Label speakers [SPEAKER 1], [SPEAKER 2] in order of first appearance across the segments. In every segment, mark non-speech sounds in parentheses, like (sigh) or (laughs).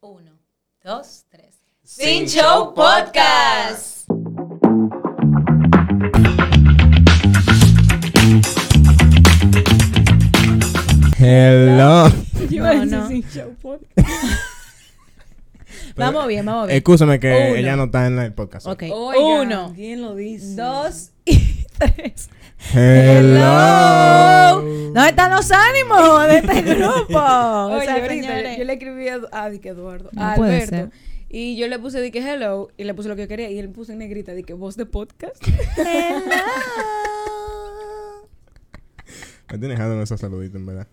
[SPEAKER 1] Uno, dos, tres.
[SPEAKER 2] Sin Show Podcast. (laughs)
[SPEAKER 3] Hello.
[SPEAKER 1] No, no. (laughs) Vamos bien, vamos bien.
[SPEAKER 3] Escúchame que
[SPEAKER 1] Uno.
[SPEAKER 3] ella no está en el podcast. hoy.
[SPEAKER 1] Ok.
[SPEAKER 2] Oiga,
[SPEAKER 1] Uno,
[SPEAKER 2] ¿Quién lo dice?
[SPEAKER 1] dos y tres.
[SPEAKER 3] Hello.
[SPEAKER 1] ¿Dónde están los ánimos de este grupo? O
[SPEAKER 2] Oye,
[SPEAKER 1] sea,
[SPEAKER 2] ahorita
[SPEAKER 1] señores.
[SPEAKER 2] yo, yo le escribí a, a- di que Eduardo,
[SPEAKER 1] No
[SPEAKER 2] a
[SPEAKER 1] puede ser.
[SPEAKER 2] Alberto. Y yo le puse de que hello y le puse lo que yo quería y él puso en negrita de que voz
[SPEAKER 1] (laughs)
[SPEAKER 2] de podcast.
[SPEAKER 1] Hello.
[SPEAKER 3] Me tienes dejando en esos saluditos, en verdad.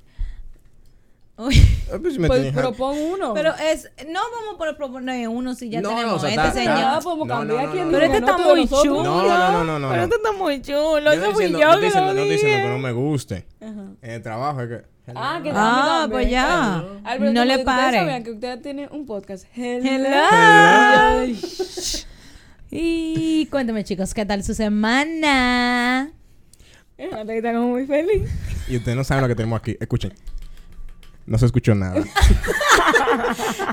[SPEAKER 1] Uy,
[SPEAKER 3] Ah, pues, me
[SPEAKER 2] pues
[SPEAKER 3] tienes dejando-
[SPEAKER 2] propon uno.
[SPEAKER 1] Pero es, no vamos por proponer uno si ya
[SPEAKER 3] No,
[SPEAKER 1] tenemos
[SPEAKER 3] o sea,
[SPEAKER 1] este
[SPEAKER 3] está-
[SPEAKER 1] señor.
[SPEAKER 3] está-
[SPEAKER 2] Ah, podemos
[SPEAKER 3] No, no,
[SPEAKER 2] cambiar
[SPEAKER 3] no,
[SPEAKER 2] quién
[SPEAKER 3] no,
[SPEAKER 1] no.
[SPEAKER 2] diga,
[SPEAKER 1] Pero este está
[SPEAKER 2] todos
[SPEAKER 1] muy
[SPEAKER 2] nosotros.
[SPEAKER 1] chulo.
[SPEAKER 3] No, no, no, no, no.
[SPEAKER 2] Pero
[SPEAKER 3] no.
[SPEAKER 2] este está muy chulo.
[SPEAKER 3] Yo
[SPEAKER 2] Eso fui
[SPEAKER 3] diciendo-
[SPEAKER 2] yo
[SPEAKER 3] estoy diciendo-
[SPEAKER 2] que lo
[SPEAKER 3] no estoy diciendo que no
[SPEAKER 2] dije.
[SPEAKER 3] me guste.
[SPEAKER 2] Ajá.
[SPEAKER 3] En el trabajo es que.
[SPEAKER 2] Ah, que
[SPEAKER 1] Ah,
[SPEAKER 2] también,
[SPEAKER 1] pues ya.
[SPEAKER 2] también.
[SPEAKER 1] No
[SPEAKER 2] Alberto,
[SPEAKER 1] le
[SPEAKER 2] me dijo, ustedes
[SPEAKER 1] pare.
[SPEAKER 2] sabían que usted tiene un podcast. Hello.
[SPEAKER 1] Hello. Y cuéntame chicos, ¿qué tal su semana?
[SPEAKER 2] Eh, Natalia está como muy feliz.
[SPEAKER 3] Y ustedes no saben lo que tenemos aquí. Escuchen. No se escuchó
[SPEAKER 2] (laughs)
[SPEAKER 3] nada.
[SPEAKER 2] Eh,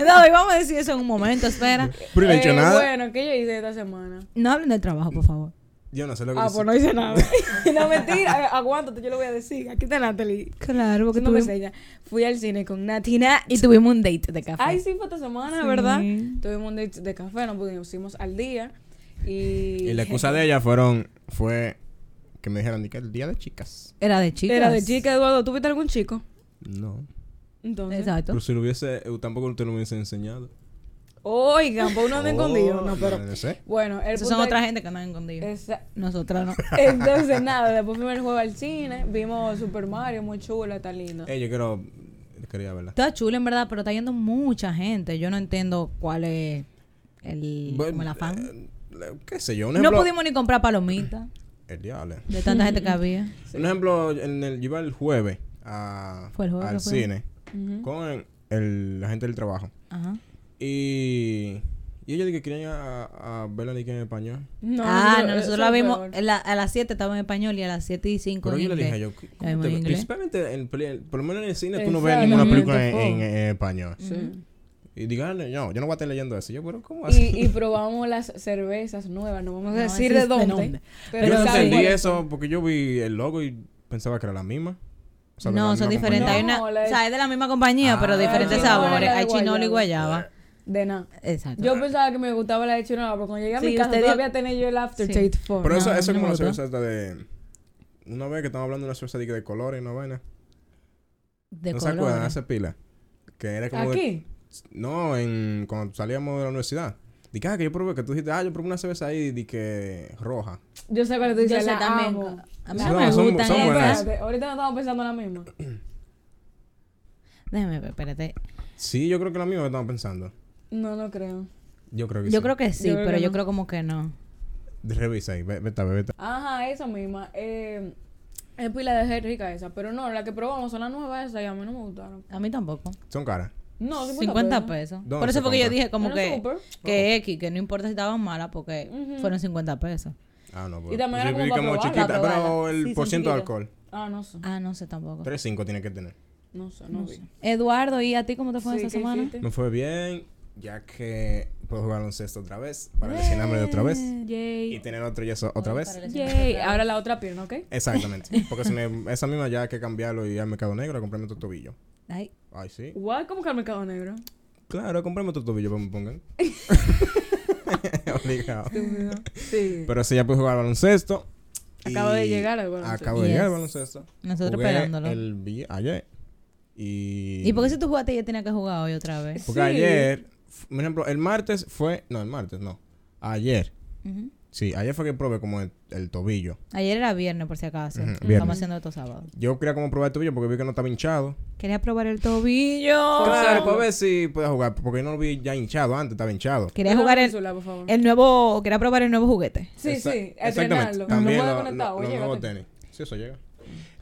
[SPEAKER 1] No, y vamos a decir eso en un momento, espera.
[SPEAKER 3] Pero no he dicho
[SPEAKER 2] Eh,
[SPEAKER 3] nada.
[SPEAKER 2] Bueno, ¿qué yo hice esta semana?
[SPEAKER 1] No hablen del trabajo, por favor.
[SPEAKER 3] Yo no sé lo que
[SPEAKER 2] Ah,
[SPEAKER 3] hice.
[SPEAKER 2] pues no hice nada. (laughs) no, mentira. eh, Aguántate, yo lo voy a decir. Aquí está Natalie.
[SPEAKER 1] Claro,
[SPEAKER 2] Tú
[SPEAKER 1] porque
[SPEAKER 2] no me
[SPEAKER 1] tuvimos,
[SPEAKER 2] enseñas. Fui al cine con Natina.
[SPEAKER 1] y tuvimos un date de café.
[SPEAKER 2] Ay, sí, fue esta semana,
[SPEAKER 1] Sí.
[SPEAKER 2] ¿verdad? Tuvimos un date de café, nos pusimos al día. Y,
[SPEAKER 3] Y la excusa de ella fueron. Fue. Que me dijeron, que el día de chicas.
[SPEAKER 1] Era de chicas.
[SPEAKER 2] (laughs) Era de chica, Eduardo. ¿Tú viste algún chico?
[SPEAKER 3] No.
[SPEAKER 2] Entonces.
[SPEAKER 1] Exacto.
[SPEAKER 3] Pero si lo hubiese. eh, Tampoco usted lo hubiese enseñado. Oh,
[SPEAKER 2] Oigan, pues uno anda escondido. No, pero.
[SPEAKER 3] No sé.
[SPEAKER 2] Bueno, el
[SPEAKER 1] Esas
[SPEAKER 2] punto
[SPEAKER 1] son
[SPEAKER 2] es-
[SPEAKER 1] otra gente que andan escondidos.
[SPEAKER 2] Esa-
[SPEAKER 1] Nosotras no.
[SPEAKER 2] Entonces, nada, después fuimos al juego al cine. Vimos Super Mario, muy chulo, está lindo.
[SPEAKER 3] Eh, yo quiero. Quería verla.
[SPEAKER 1] Está chulo, en verdad, pero está yendo mucha gente. Yo no entiendo cuál es el, como el afán.
[SPEAKER 3] eh, eh, ¿Qué sé yo? Un
[SPEAKER 1] No
[SPEAKER 3] ejemplo.
[SPEAKER 1] pudimos ni comprar palomitas
[SPEAKER 3] El diablo.
[SPEAKER 1] de tanta
[SPEAKER 2] (laughs)
[SPEAKER 1] gente que había.
[SPEAKER 3] Un ejemplo, en el, yo iba el jueves a,
[SPEAKER 1] Fue el jueves
[SPEAKER 3] al
[SPEAKER 1] que fue.
[SPEAKER 3] cine
[SPEAKER 2] Ujú.
[SPEAKER 3] con el- la gente del trabajo.
[SPEAKER 1] Ajá.
[SPEAKER 3] Y, y ellos dije que querían ir a, a verla ni que en español.
[SPEAKER 2] No,
[SPEAKER 1] ah,
[SPEAKER 2] nosotros-
[SPEAKER 1] no,
[SPEAKER 2] eso
[SPEAKER 1] nosotros
[SPEAKER 2] es
[SPEAKER 1] la vimos
[SPEAKER 2] peor.
[SPEAKER 1] en la- a las 7 estaba en español y a las 7 y 5
[SPEAKER 3] Pero
[SPEAKER 1] en
[SPEAKER 3] yo le dije,
[SPEAKER 1] inglés.
[SPEAKER 3] yo,
[SPEAKER 1] La vimos
[SPEAKER 3] ¿cómo te
[SPEAKER 1] en
[SPEAKER 3] ves?
[SPEAKER 1] inglés.
[SPEAKER 3] principalmente, en, peli- por lo menos en el cine, tú no ves
[SPEAKER 2] Exacto.
[SPEAKER 3] ninguna
[SPEAKER 2] Ujú.
[SPEAKER 3] película en,
[SPEAKER 2] Tampoco.
[SPEAKER 3] en- en español.
[SPEAKER 2] Sí.
[SPEAKER 3] Y digan, no, yo no voy a estar leyendo eso. Yo, pero ¿cómo así?
[SPEAKER 2] Y, y probamos las cervezas nuevas, no vamos a
[SPEAKER 1] No
[SPEAKER 2] decir
[SPEAKER 1] existe
[SPEAKER 2] de dónde.
[SPEAKER 1] nombre.
[SPEAKER 2] Pero
[SPEAKER 3] yo no
[SPEAKER 2] saben
[SPEAKER 3] entendí
[SPEAKER 2] cuáles
[SPEAKER 3] eso porque yo vi el logo y pensaba que era la misma. O sea, de la
[SPEAKER 1] no, son
[SPEAKER 3] misma
[SPEAKER 1] diferentes. Hay
[SPEAKER 3] compañía.
[SPEAKER 1] una,
[SPEAKER 2] No, la
[SPEAKER 1] o
[SPEAKER 2] de-
[SPEAKER 1] sea, es de la misma compañía, pero
[SPEAKER 3] Ah.
[SPEAKER 1] diferentes
[SPEAKER 3] La de
[SPEAKER 2] chinolo y
[SPEAKER 1] sabores.
[SPEAKER 2] la de
[SPEAKER 1] Hay chinolo y guayaba.
[SPEAKER 2] De nada.
[SPEAKER 1] Exacto.
[SPEAKER 2] Yo pensaba que me gustaba la de chinola, pero cuando llegué a
[SPEAKER 1] Sí,
[SPEAKER 2] mi casa
[SPEAKER 1] usted
[SPEAKER 2] todavía
[SPEAKER 1] dio-
[SPEAKER 2] tenía yo el aftertaste
[SPEAKER 1] Sí.
[SPEAKER 2] for.
[SPEAKER 3] Pero eso,
[SPEAKER 1] No,
[SPEAKER 3] eso
[SPEAKER 1] no
[SPEAKER 3] es como
[SPEAKER 1] me
[SPEAKER 3] la
[SPEAKER 1] gustó.
[SPEAKER 3] cerveza esta de. Una vez que estamos hablando de una cerveza de, que de colores y una vaina.
[SPEAKER 1] de
[SPEAKER 3] ¿No se acuerdan de
[SPEAKER 1] colores.
[SPEAKER 3] esa pila? Que era como. de-
[SPEAKER 2] Aquí.
[SPEAKER 3] no, en, cuando salíamos de la universidad. Dije, ah, que yo probé, que tú dijiste, ah, yo probé una cerveza ahí de que roja.
[SPEAKER 2] Yo sé cuál te dice,
[SPEAKER 1] Yo sé
[SPEAKER 2] la
[SPEAKER 1] también.
[SPEAKER 2] amo. Eh,
[SPEAKER 1] A mí
[SPEAKER 3] Sí,
[SPEAKER 1] no
[SPEAKER 3] no,
[SPEAKER 1] me
[SPEAKER 3] son-
[SPEAKER 1] gustan
[SPEAKER 3] son
[SPEAKER 1] esas.
[SPEAKER 3] buenas.
[SPEAKER 2] Espérate, ahorita no estamos pensando en la misma.
[SPEAKER 1] Déjame ver, espérate.
[SPEAKER 3] Sí, yo creo que es la misma que estamos pensando.
[SPEAKER 2] No, no creo.
[SPEAKER 3] Yo creo que
[SPEAKER 1] Yo
[SPEAKER 3] sí.
[SPEAKER 1] creo que sí,
[SPEAKER 2] Yo creo
[SPEAKER 1] pero
[SPEAKER 2] que
[SPEAKER 1] yo
[SPEAKER 2] no.
[SPEAKER 1] creo como que no.
[SPEAKER 3] Revisa ahí, ve- vete, a ver, vete.
[SPEAKER 2] Ajá, esa misma. Eh, es pila de gente rica esa. Pero no, la que probamos son las nuevas esas y a mí no me gustaron.
[SPEAKER 1] A mí tampoco.
[SPEAKER 3] Son caras.
[SPEAKER 2] No,
[SPEAKER 1] 50,
[SPEAKER 2] 50 pesos.
[SPEAKER 1] pesos.
[SPEAKER 3] ¿Dónde
[SPEAKER 1] Por eso
[SPEAKER 3] se
[SPEAKER 1] fue que yo
[SPEAKER 3] compra?
[SPEAKER 1] dije como
[SPEAKER 2] Era
[SPEAKER 1] que,
[SPEAKER 2] súper.
[SPEAKER 1] que X, que no importa si estaban malas porque fueron 50 pesos.
[SPEAKER 3] Ah, no,
[SPEAKER 2] Y también era
[SPEAKER 3] yo
[SPEAKER 2] como
[SPEAKER 3] vi
[SPEAKER 2] para
[SPEAKER 3] como
[SPEAKER 2] probarla,
[SPEAKER 3] chiquita, pero
[SPEAKER 2] probarla.
[SPEAKER 3] el
[SPEAKER 2] Sí,
[SPEAKER 3] por ciento de
[SPEAKER 2] sentidito.
[SPEAKER 3] alcohol.
[SPEAKER 2] Ah, no sé.
[SPEAKER 1] Ah, no sé tampoco.
[SPEAKER 3] 3.5 tiene que tener.
[SPEAKER 2] No sé, no, vi.
[SPEAKER 1] Eduardo, ¿y a ti cómo te fue
[SPEAKER 2] Sí,
[SPEAKER 1] esta
[SPEAKER 2] ¿qué
[SPEAKER 1] semana?
[SPEAKER 2] hiciste?
[SPEAKER 3] Me fue bien, ya que puedo jugar baloncesto otra vez, para lesionarme de otra vez y
[SPEAKER 2] Yay.
[SPEAKER 3] tener otro yeso otra vez.
[SPEAKER 2] Yay. Ahora la otra pierna, ¿ok? (laughs)
[SPEAKER 3] Exactamente. Porque si me- esa misma ya hay que cambiarlo y ir al mercado negro a comprarme otro tobillo.
[SPEAKER 1] Ay,
[SPEAKER 3] Ay, sí.
[SPEAKER 2] Guau, ¿Cómo que al mercado negro?
[SPEAKER 3] Claro, comprarme otro tobillo para que me
[SPEAKER 2] (laughs)
[SPEAKER 3] pongan. (laughs) Obligado.
[SPEAKER 2] Sí.
[SPEAKER 3] Pero sí, ya pude jugar al baloncesto.
[SPEAKER 2] Acabo de
[SPEAKER 3] y
[SPEAKER 2] llegar al baloncesto.
[SPEAKER 3] Acabo de llegar al
[SPEAKER 1] Yes.
[SPEAKER 3] baloncesto.
[SPEAKER 1] nosotros
[SPEAKER 3] Jugué
[SPEAKER 1] esperándolo.
[SPEAKER 3] El vi- ayer. Y.
[SPEAKER 1] ¿Y por qué si tú jugaste ya tenía que jugar hoy otra vez?
[SPEAKER 3] Porque
[SPEAKER 2] Sí.
[SPEAKER 3] ayer, f- por ejemplo, el martes fue. No, el martes no. Ayer.
[SPEAKER 1] Ujú.
[SPEAKER 3] Sí, ayer fue que probé como el, el tobillo.
[SPEAKER 1] Ayer era viernes, por si acaso.
[SPEAKER 3] Ujú,
[SPEAKER 1] Estamos
[SPEAKER 3] viernes.
[SPEAKER 1] haciendo esto sábado.
[SPEAKER 3] Yo quería como probar el tobillo porque vi que no estaba hinchado.
[SPEAKER 1] Quería probar el tobillo.
[SPEAKER 3] Claro, para ver si podía jugar. Porque yo no lo vi ya hinchado antes, estaba hinchado.
[SPEAKER 1] Quería jugar el,
[SPEAKER 2] Úrsula, por favor.
[SPEAKER 1] el nuevo, quería probar el nuevo juguete.
[SPEAKER 2] Sí,
[SPEAKER 3] Exa-
[SPEAKER 2] sí,
[SPEAKER 3] Exactamente.
[SPEAKER 2] entrenarlo.
[SPEAKER 3] También
[SPEAKER 2] no puede
[SPEAKER 3] lo-
[SPEAKER 2] conectado,
[SPEAKER 3] lo- los
[SPEAKER 2] oye,
[SPEAKER 3] nuevos
[SPEAKER 2] gata.
[SPEAKER 3] tenis. Sí, eso llega.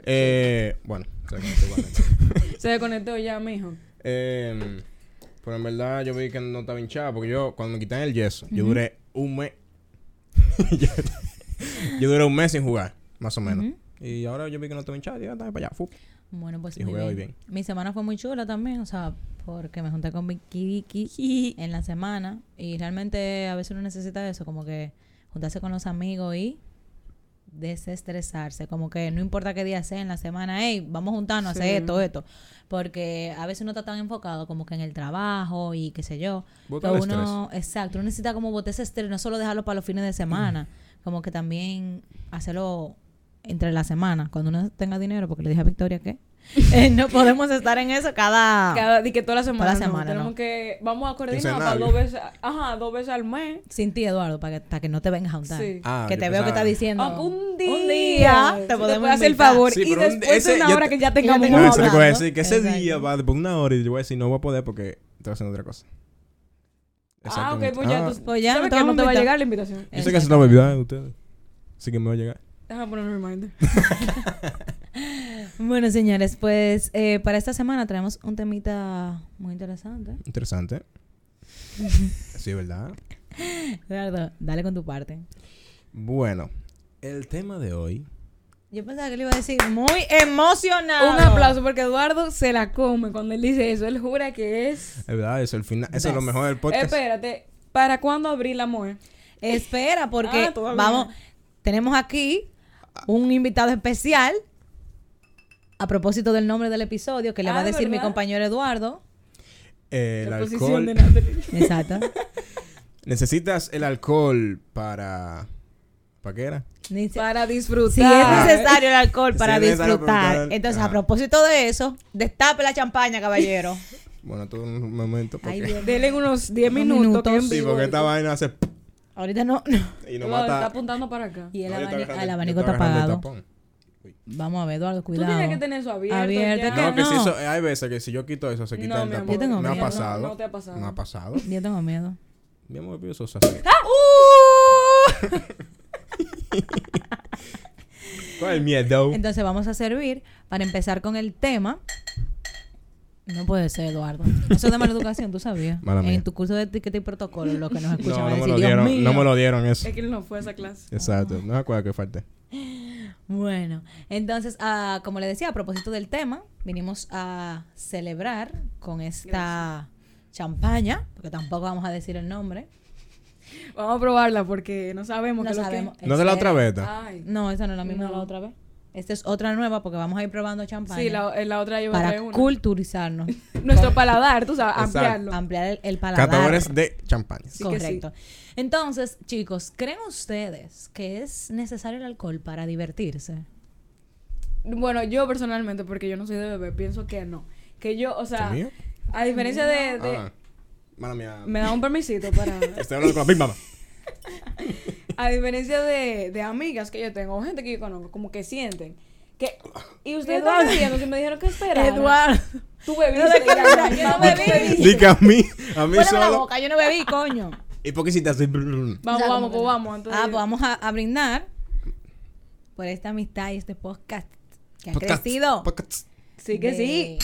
[SPEAKER 3] Eh, bueno, se conectó igualmente. (laughs)
[SPEAKER 2] Se desconectó ya, mijo.
[SPEAKER 3] Em, pero en verdad yo vi que no estaba hinchado porque yo, cuando me quitan el yeso, yo duré un mes. (laughs) yo, yo duré un mes sin jugar, más o menos. Y ahora yo vi que no estaba hinchado y ya estaba para allá. fu.
[SPEAKER 1] Bueno, pues
[SPEAKER 3] Y
[SPEAKER 1] muy
[SPEAKER 3] jugué hoy
[SPEAKER 1] bien.
[SPEAKER 3] bien.
[SPEAKER 1] Mi semana fue muy chula también, o sea, porque me junté con Vicky Vicky en la semana y realmente a veces uno necesita eso, como que juntarse con los amigos y desestresarse, como que no importa qué día sea en la semana, hey, vamos a juntarnos a
[SPEAKER 2] Sí.
[SPEAKER 1] hacer esto, esto, porque a veces uno está tan enfocado como que en el trabajo y qué sé yo,
[SPEAKER 3] Botar
[SPEAKER 1] que
[SPEAKER 3] el
[SPEAKER 1] uno, exacto, uno necesita como botar ese estrés, no solo dejarlo para los fines de semana, como que también hacerlo entre la semana, cuando uno tenga dinero, porque le dije a Victoria que (laughs) eh, no podemos estar en eso cada...
[SPEAKER 2] Cada, di que toda la semana.
[SPEAKER 1] Ah. Toda la
[SPEAKER 2] no,
[SPEAKER 1] semana,
[SPEAKER 2] tenemos
[SPEAKER 1] no.
[SPEAKER 2] que. Vamos a coordinar para
[SPEAKER 3] Quincenal.
[SPEAKER 2] dos veces. Ajá, dos veces al mes.
[SPEAKER 1] Sin ti, Eduardo, para que, para que no te vengas a juntar.
[SPEAKER 2] Sí.
[SPEAKER 3] Ah,
[SPEAKER 1] que
[SPEAKER 3] yo
[SPEAKER 1] te veo que
[SPEAKER 3] pensaba-
[SPEAKER 1] está diciendo...
[SPEAKER 2] Ah, un día.
[SPEAKER 1] Un día
[SPEAKER 2] Si
[SPEAKER 1] te podemos
[SPEAKER 2] puede hacer el
[SPEAKER 1] invitar.
[SPEAKER 2] favor.
[SPEAKER 3] Sí,
[SPEAKER 2] y
[SPEAKER 3] pero un-
[SPEAKER 2] después
[SPEAKER 3] ese-
[SPEAKER 2] de una
[SPEAKER 3] yo
[SPEAKER 2] hora
[SPEAKER 3] te-
[SPEAKER 2] que ya tengamos
[SPEAKER 1] No,
[SPEAKER 3] No,
[SPEAKER 1] Estamos
[SPEAKER 3] eso es lo que voy a
[SPEAKER 1] hablando.
[SPEAKER 3] decir. Que ese
[SPEAKER 1] Exacto.
[SPEAKER 3] día va de una hora y yo voy a decir, no voy a poder porque estoy haciendo otra cosa.
[SPEAKER 2] Ah, ok,
[SPEAKER 3] Exactamente.
[SPEAKER 2] pues ya
[SPEAKER 3] Ah,
[SPEAKER 2] tú
[SPEAKER 1] Pues ya,
[SPEAKER 2] sabes
[SPEAKER 1] no te
[SPEAKER 2] que no
[SPEAKER 1] vamos
[SPEAKER 2] te
[SPEAKER 1] a
[SPEAKER 2] va a
[SPEAKER 1] invitar.
[SPEAKER 2] llegar la invitación.
[SPEAKER 3] Yo sé que se la bebida de ustedes. Así que me va a llegar.
[SPEAKER 2] Déjame poner un reminder.
[SPEAKER 1] Bueno, señores, pues eh, para esta semana traemos un temita muy interesante.
[SPEAKER 3] (laughs) Interesante. sí, ¿verdad?
[SPEAKER 1] Eduardo, dale con tu parte.
[SPEAKER 3] Bueno, el tema de hoy.
[SPEAKER 1] Yo pensaba que le iba a decir muy emocionado.
[SPEAKER 2] Un aplauso porque Eduardo se la come cuando él dice eso. Él jura que es.
[SPEAKER 3] Es verdad, es el final. Eso es lo
[SPEAKER 1] Best.
[SPEAKER 3] mejor del podcast.
[SPEAKER 2] Espérate, ¿para cuándo abrir la moe?
[SPEAKER 1] Espera, porque
[SPEAKER 2] Ah, todavía.
[SPEAKER 1] vamos, tenemos aquí un invitado especial a propósito del nombre del episodio que le
[SPEAKER 2] Ah,
[SPEAKER 1] va a decir mi
[SPEAKER 2] ¿verdad?
[SPEAKER 1] compañero
[SPEAKER 2] (laughs)
[SPEAKER 1] Eduardo.
[SPEAKER 3] el
[SPEAKER 2] la
[SPEAKER 3] alcohol.
[SPEAKER 2] posición de Natalie.
[SPEAKER 1] Exacto.
[SPEAKER 3] Necesitas el alcohol para. ¿Para qué era?
[SPEAKER 1] Ni
[SPEAKER 2] (laughs)
[SPEAKER 1] se-
[SPEAKER 2] Para disfrutar.
[SPEAKER 1] Si
[SPEAKER 2] Ah.
[SPEAKER 1] es necesario el alcohol
[SPEAKER 3] Si
[SPEAKER 1] para
[SPEAKER 3] es necesario
[SPEAKER 1] disfrutar.
[SPEAKER 3] preguntar-
[SPEAKER 1] Entonces, a
[SPEAKER 3] Ajá.
[SPEAKER 1] propósito de eso, destape la champaña,
[SPEAKER 2] (laughs)
[SPEAKER 1] caballero.
[SPEAKER 3] Bueno, todo un momento. Porque,
[SPEAKER 1] Ay, Dios.
[SPEAKER 2] Denle unos 10
[SPEAKER 1] Unos
[SPEAKER 2] minutos. que
[SPEAKER 1] minutos.
[SPEAKER 2] en
[SPEAKER 3] sí,
[SPEAKER 2] vivo
[SPEAKER 3] porque
[SPEAKER 2] eso.
[SPEAKER 3] esta vaina hace. p-
[SPEAKER 1] Ahorita no. no.
[SPEAKER 3] Y nos
[SPEAKER 2] Eduardo, está
[SPEAKER 3] mata.
[SPEAKER 2] apuntando para acá.
[SPEAKER 1] Y el,
[SPEAKER 3] No, yo
[SPEAKER 1] abani-
[SPEAKER 3] estoy agarrando-
[SPEAKER 1] el
[SPEAKER 3] yo
[SPEAKER 1] abanico
[SPEAKER 3] estoy agarrando el
[SPEAKER 1] tapado.
[SPEAKER 3] tapón.
[SPEAKER 1] Vamos a ver, Eduardo,
[SPEAKER 2] Tú
[SPEAKER 1] cuidado.
[SPEAKER 2] tienes que tener eso abierto.
[SPEAKER 1] Abierto,
[SPEAKER 2] ya.
[SPEAKER 1] que
[SPEAKER 3] No, que si
[SPEAKER 1] no.
[SPEAKER 3] eso, hay veces que si yo quito eso, se quita
[SPEAKER 2] No,
[SPEAKER 3] el
[SPEAKER 2] mi
[SPEAKER 3] tapón.
[SPEAKER 2] amor,
[SPEAKER 1] tengo
[SPEAKER 3] me ha
[SPEAKER 1] miedo.
[SPEAKER 3] pasado.
[SPEAKER 2] No, no te ha pasado.
[SPEAKER 3] Me ha pasado.
[SPEAKER 1] Yo tengo miedo.
[SPEAKER 3] Mi amor, pero eso es así.
[SPEAKER 2] ¡Ah!
[SPEAKER 1] ¡Uh!
[SPEAKER 2] (laughs)
[SPEAKER 3] (laughs) ¿Cuál es el miedo?
[SPEAKER 1] Entonces vamos a servir para empezar con el tema. No puede ser, Eduardo. Eso es de mala educación, tú sabías.
[SPEAKER 3] Mala
[SPEAKER 1] en
[SPEAKER 3] mía.
[SPEAKER 1] tu curso de etiqueta y protocolo, lo que nos escuchan
[SPEAKER 3] No,
[SPEAKER 1] va a
[SPEAKER 3] no me
[SPEAKER 1] decir,
[SPEAKER 3] lo
[SPEAKER 1] "Dios mío".
[SPEAKER 3] dieron. No me lo dieron eso.
[SPEAKER 2] Es que él no fue a esa clase.
[SPEAKER 3] Exacto. No me acuerdo que falté.
[SPEAKER 1] Bueno, entonces, ah, como le decía, a propósito del tema, vinimos a celebrar con esta champaña, porque tampoco vamos a decir el nombre.
[SPEAKER 2] Vamos a probarla porque no sabemos.
[SPEAKER 1] No
[SPEAKER 2] qué es lo que- Ah,
[SPEAKER 1] sabemos.
[SPEAKER 3] ¿No de la
[SPEAKER 1] Espera.
[SPEAKER 3] otra vez? ta?
[SPEAKER 2] Ay.
[SPEAKER 1] No, esa no es la misma de la
[SPEAKER 2] No.
[SPEAKER 1] otra vez. Esta es otra nueva porque vamos a ir probando champaña.
[SPEAKER 2] Sí, la, eh, la otra yo
[SPEAKER 1] para
[SPEAKER 2] traer una. (laughs)
[SPEAKER 1] culturizarnos,
[SPEAKER 2] Nuestro paladar, tú sabes,
[SPEAKER 3] Exacto.
[SPEAKER 2] ampliarlo.
[SPEAKER 1] ampliar el, el paladar.
[SPEAKER 3] Catadores de champañas.
[SPEAKER 2] Sí que
[SPEAKER 1] Correcto. Entonces, chicos, ¿creen ustedes que es necesario el alcohol para divertirse?
[SPEAKER 2] Bueno, yo personalmente, porque yo no soy de bebé, pienso que no. Que yo, o sea,
[SPEAKER 3] ¿Es mío?
[SPEAKER 2] a diferencia de... de-
[SPEAKER 3] Ah. Mala mía.
[SPEAKER 2] Me da un permisito para...
[SPEAKER 3] Estoy hablando con la Big
[SPEAKER 2] (laughs)
[SPEAKER 3] Mama.
[SPEAKER 2] a diferencia de, de amigas que yo tengo, o gente que yo conozco, como que sienten que... Y ustedes están
[SPEAKER 1] Eduardo.
[SPEAKER 2] bebiendo, si me dijeron que esperaron.
[SPEAKER 3] (laughs)
[SPEAKER 1] Eduardo,
[SPEAKER 2] Tú bebiste.
[SPEAKER 1] No, de que-
[SPEAKER 2] ya, ya,
[SPEAKER 1] yo
[SPEAKER 2] ya,
[SPEAKER 1] no
[SPEAKER 2] tú bebiste.
[SPEAKER 3] Dice a mí, a
[SPEAKER 1] poneme
[SPEAKER 3] mí
[SPEAKER 1] la
[SPEAKER 3] solo.
[SPEAKER 1] boca, yo no bebí,
[SPEAKER 2] (laughs)
[SPEAKER 1] coño.
[SPEAKER 3] ¿Y por qué hiciste así?
[SPEAKER 2] Vamos,
[SPEAKER 1] O sea,
[SPEAKER 2] vamos,
[SPEAKER 1] como
[SPEAKER 2] pues
[SPEAKER 1] que-
[SPEAKER 2] vamos. antes de-
[SPEAKER 1] Ah, pues vamos a, a brindar por esta amistad y este podcast que ha
[SPEAKER 3] Podcast,
[SPEAKER 1] crecido.
[SPEAKER 3] podcast.
[SPEAKER 2] Sí que
[SPEAKER 1] de-
[SPEAKER 2] sí.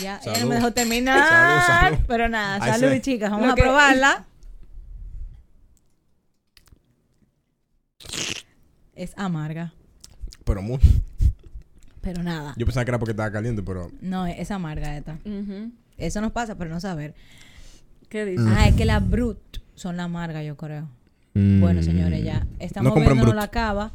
[SPEAKER 1] Ya, ella no
[SPEAKER 3] Salud.
[SPEAKER 1] me dejó terminar.
[SPEAKER 3] Salud, salud.
[SPEAKER 1] Pero nada,
[SPEAKER 3] Ahí
[SPEAKER 1] salud,
[SPEAKER 3] se-
[SPEAKER 1] chicas.
[SPEAKER 2] Lo
[SPEAKER 1] Vamos a
[SPEAKER 3] (laughs)
[SPEAKER 2] que-
[SPEAKER 1] probarla. Es amarga,
[SPEAKER 3] Pero muy.
[SPEAKER 1] pero nada.
[SPEAKER 3] Yo pensaba que era porque estaba caliente, pero.
[SPEAKER 1] No, es es amarga esta.
[SPEAKER 2] Ujú.
[SPEAKER 1] Eso nos pasa, pero no saber.
[SPEAKER 2] ¿Qué
[SPEAKER 3] Mm.
[SPEAKER 2] dices?
[SPEAKER 1] Ah, es que las Brut son la amarga, yo creo. Bueno, señores, ya estamos
[SPEAKER 3] Mm. No compren
[SPEAKER 1] viendo
[SPEAKER 3] Brut.
[SPEAKER 1] la cava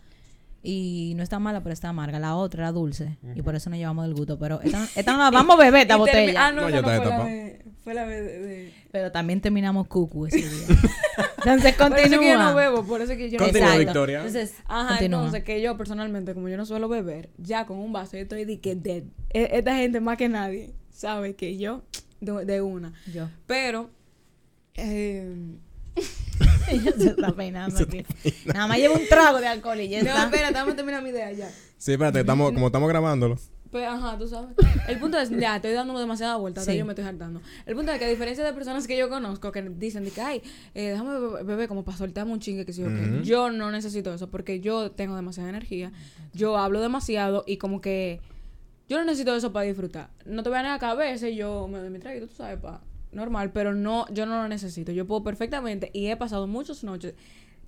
[SPEAKER 1] y no está mala, pero está amarga. La otra era dulce y por eso no llevamos el gusto. Pero esta, esta
[SPEAKER 2] (laughs)
[SPEAKER 1] no la vamos a beber, esta
[SPEAKER 2] Y termi-
[SPEAKER 1] botella.
[SPEAKER 2] Ah, no,
[SPEAKER 3] No,
[SPEAKER 2] esa
[SPEAKER 3] ya
[SPEAKER 2] no
[SPEAKER 3] está
[SPEAKER 2] fue la
[SPEAKER 3] destapado.
[SPEAKER 2] de... Fue la de... de-
[SPEAKER 1] Pero también terminamos cucu
[SPEAKER 2] (laughs)
[SPEAKER 1] ese día. Entonces
[SPEAKER 2] Por eso
[SPEAKER 1] continúa.
[SPEAKER 2] que yo no bebo, por eso que yo no
[SPEAKER 3] Continúa,
[SPEAKER 1] Exacto.
[SPEAKER 3] Victoria.
[SPEAKER 1] Entonces,
[SPEAKER 2] Ajá,
[SPEAKER 1] continúa.
[SPEAKER 2] entonces que yo personalmente, como yo no suelo beber, ya con un vaso yo estoy de que dead. E- Esta gente más que nadie sabe que yo de, de una. (laughs)
[SPEAKER 1] Yo.
[SPEAKER 2] Pero eh,
[SPEAKER 1] Ella se está
[SPEAKER 3] (laughs)
[SPEAKER 1] peinando aquí. Nada más llevo un trago de alcohol y ya
[SPEAKER 2] no,
[SPEAKER 1] está.
[SPEAKER 2] espera, déjame terminar mi idea ya.
[SPEAKER 3] Sí, espérate, estamos, como estamos grabándolo.
[SPEAKER 2] Pues, ajá, tú sabes. El punto es, ya, estoy dando demasiada vuelta, hasta
[SPEAKER 1] Sí.
[SPEAKER 2] yo me estoy hartando. El punto es que a diferencia de personas que yo conozco que dicen, de que, ay, eh, déjame be- beber, como para soltarme un chingue, que sé yo qué".
[SPEAKER 3] Ujú.
[SPEAKER 2] Yo no necesito eso porque yo tengo demasiada energía, yo hablo demasiado y como que yo no necesito eso para disfrutar. No te voy a negar que a veces yo me doy mi traguito, tú sabes, pa, normal, pero no, yo no lo necesito. Yo puedo perfectamente y he pasado muchas noches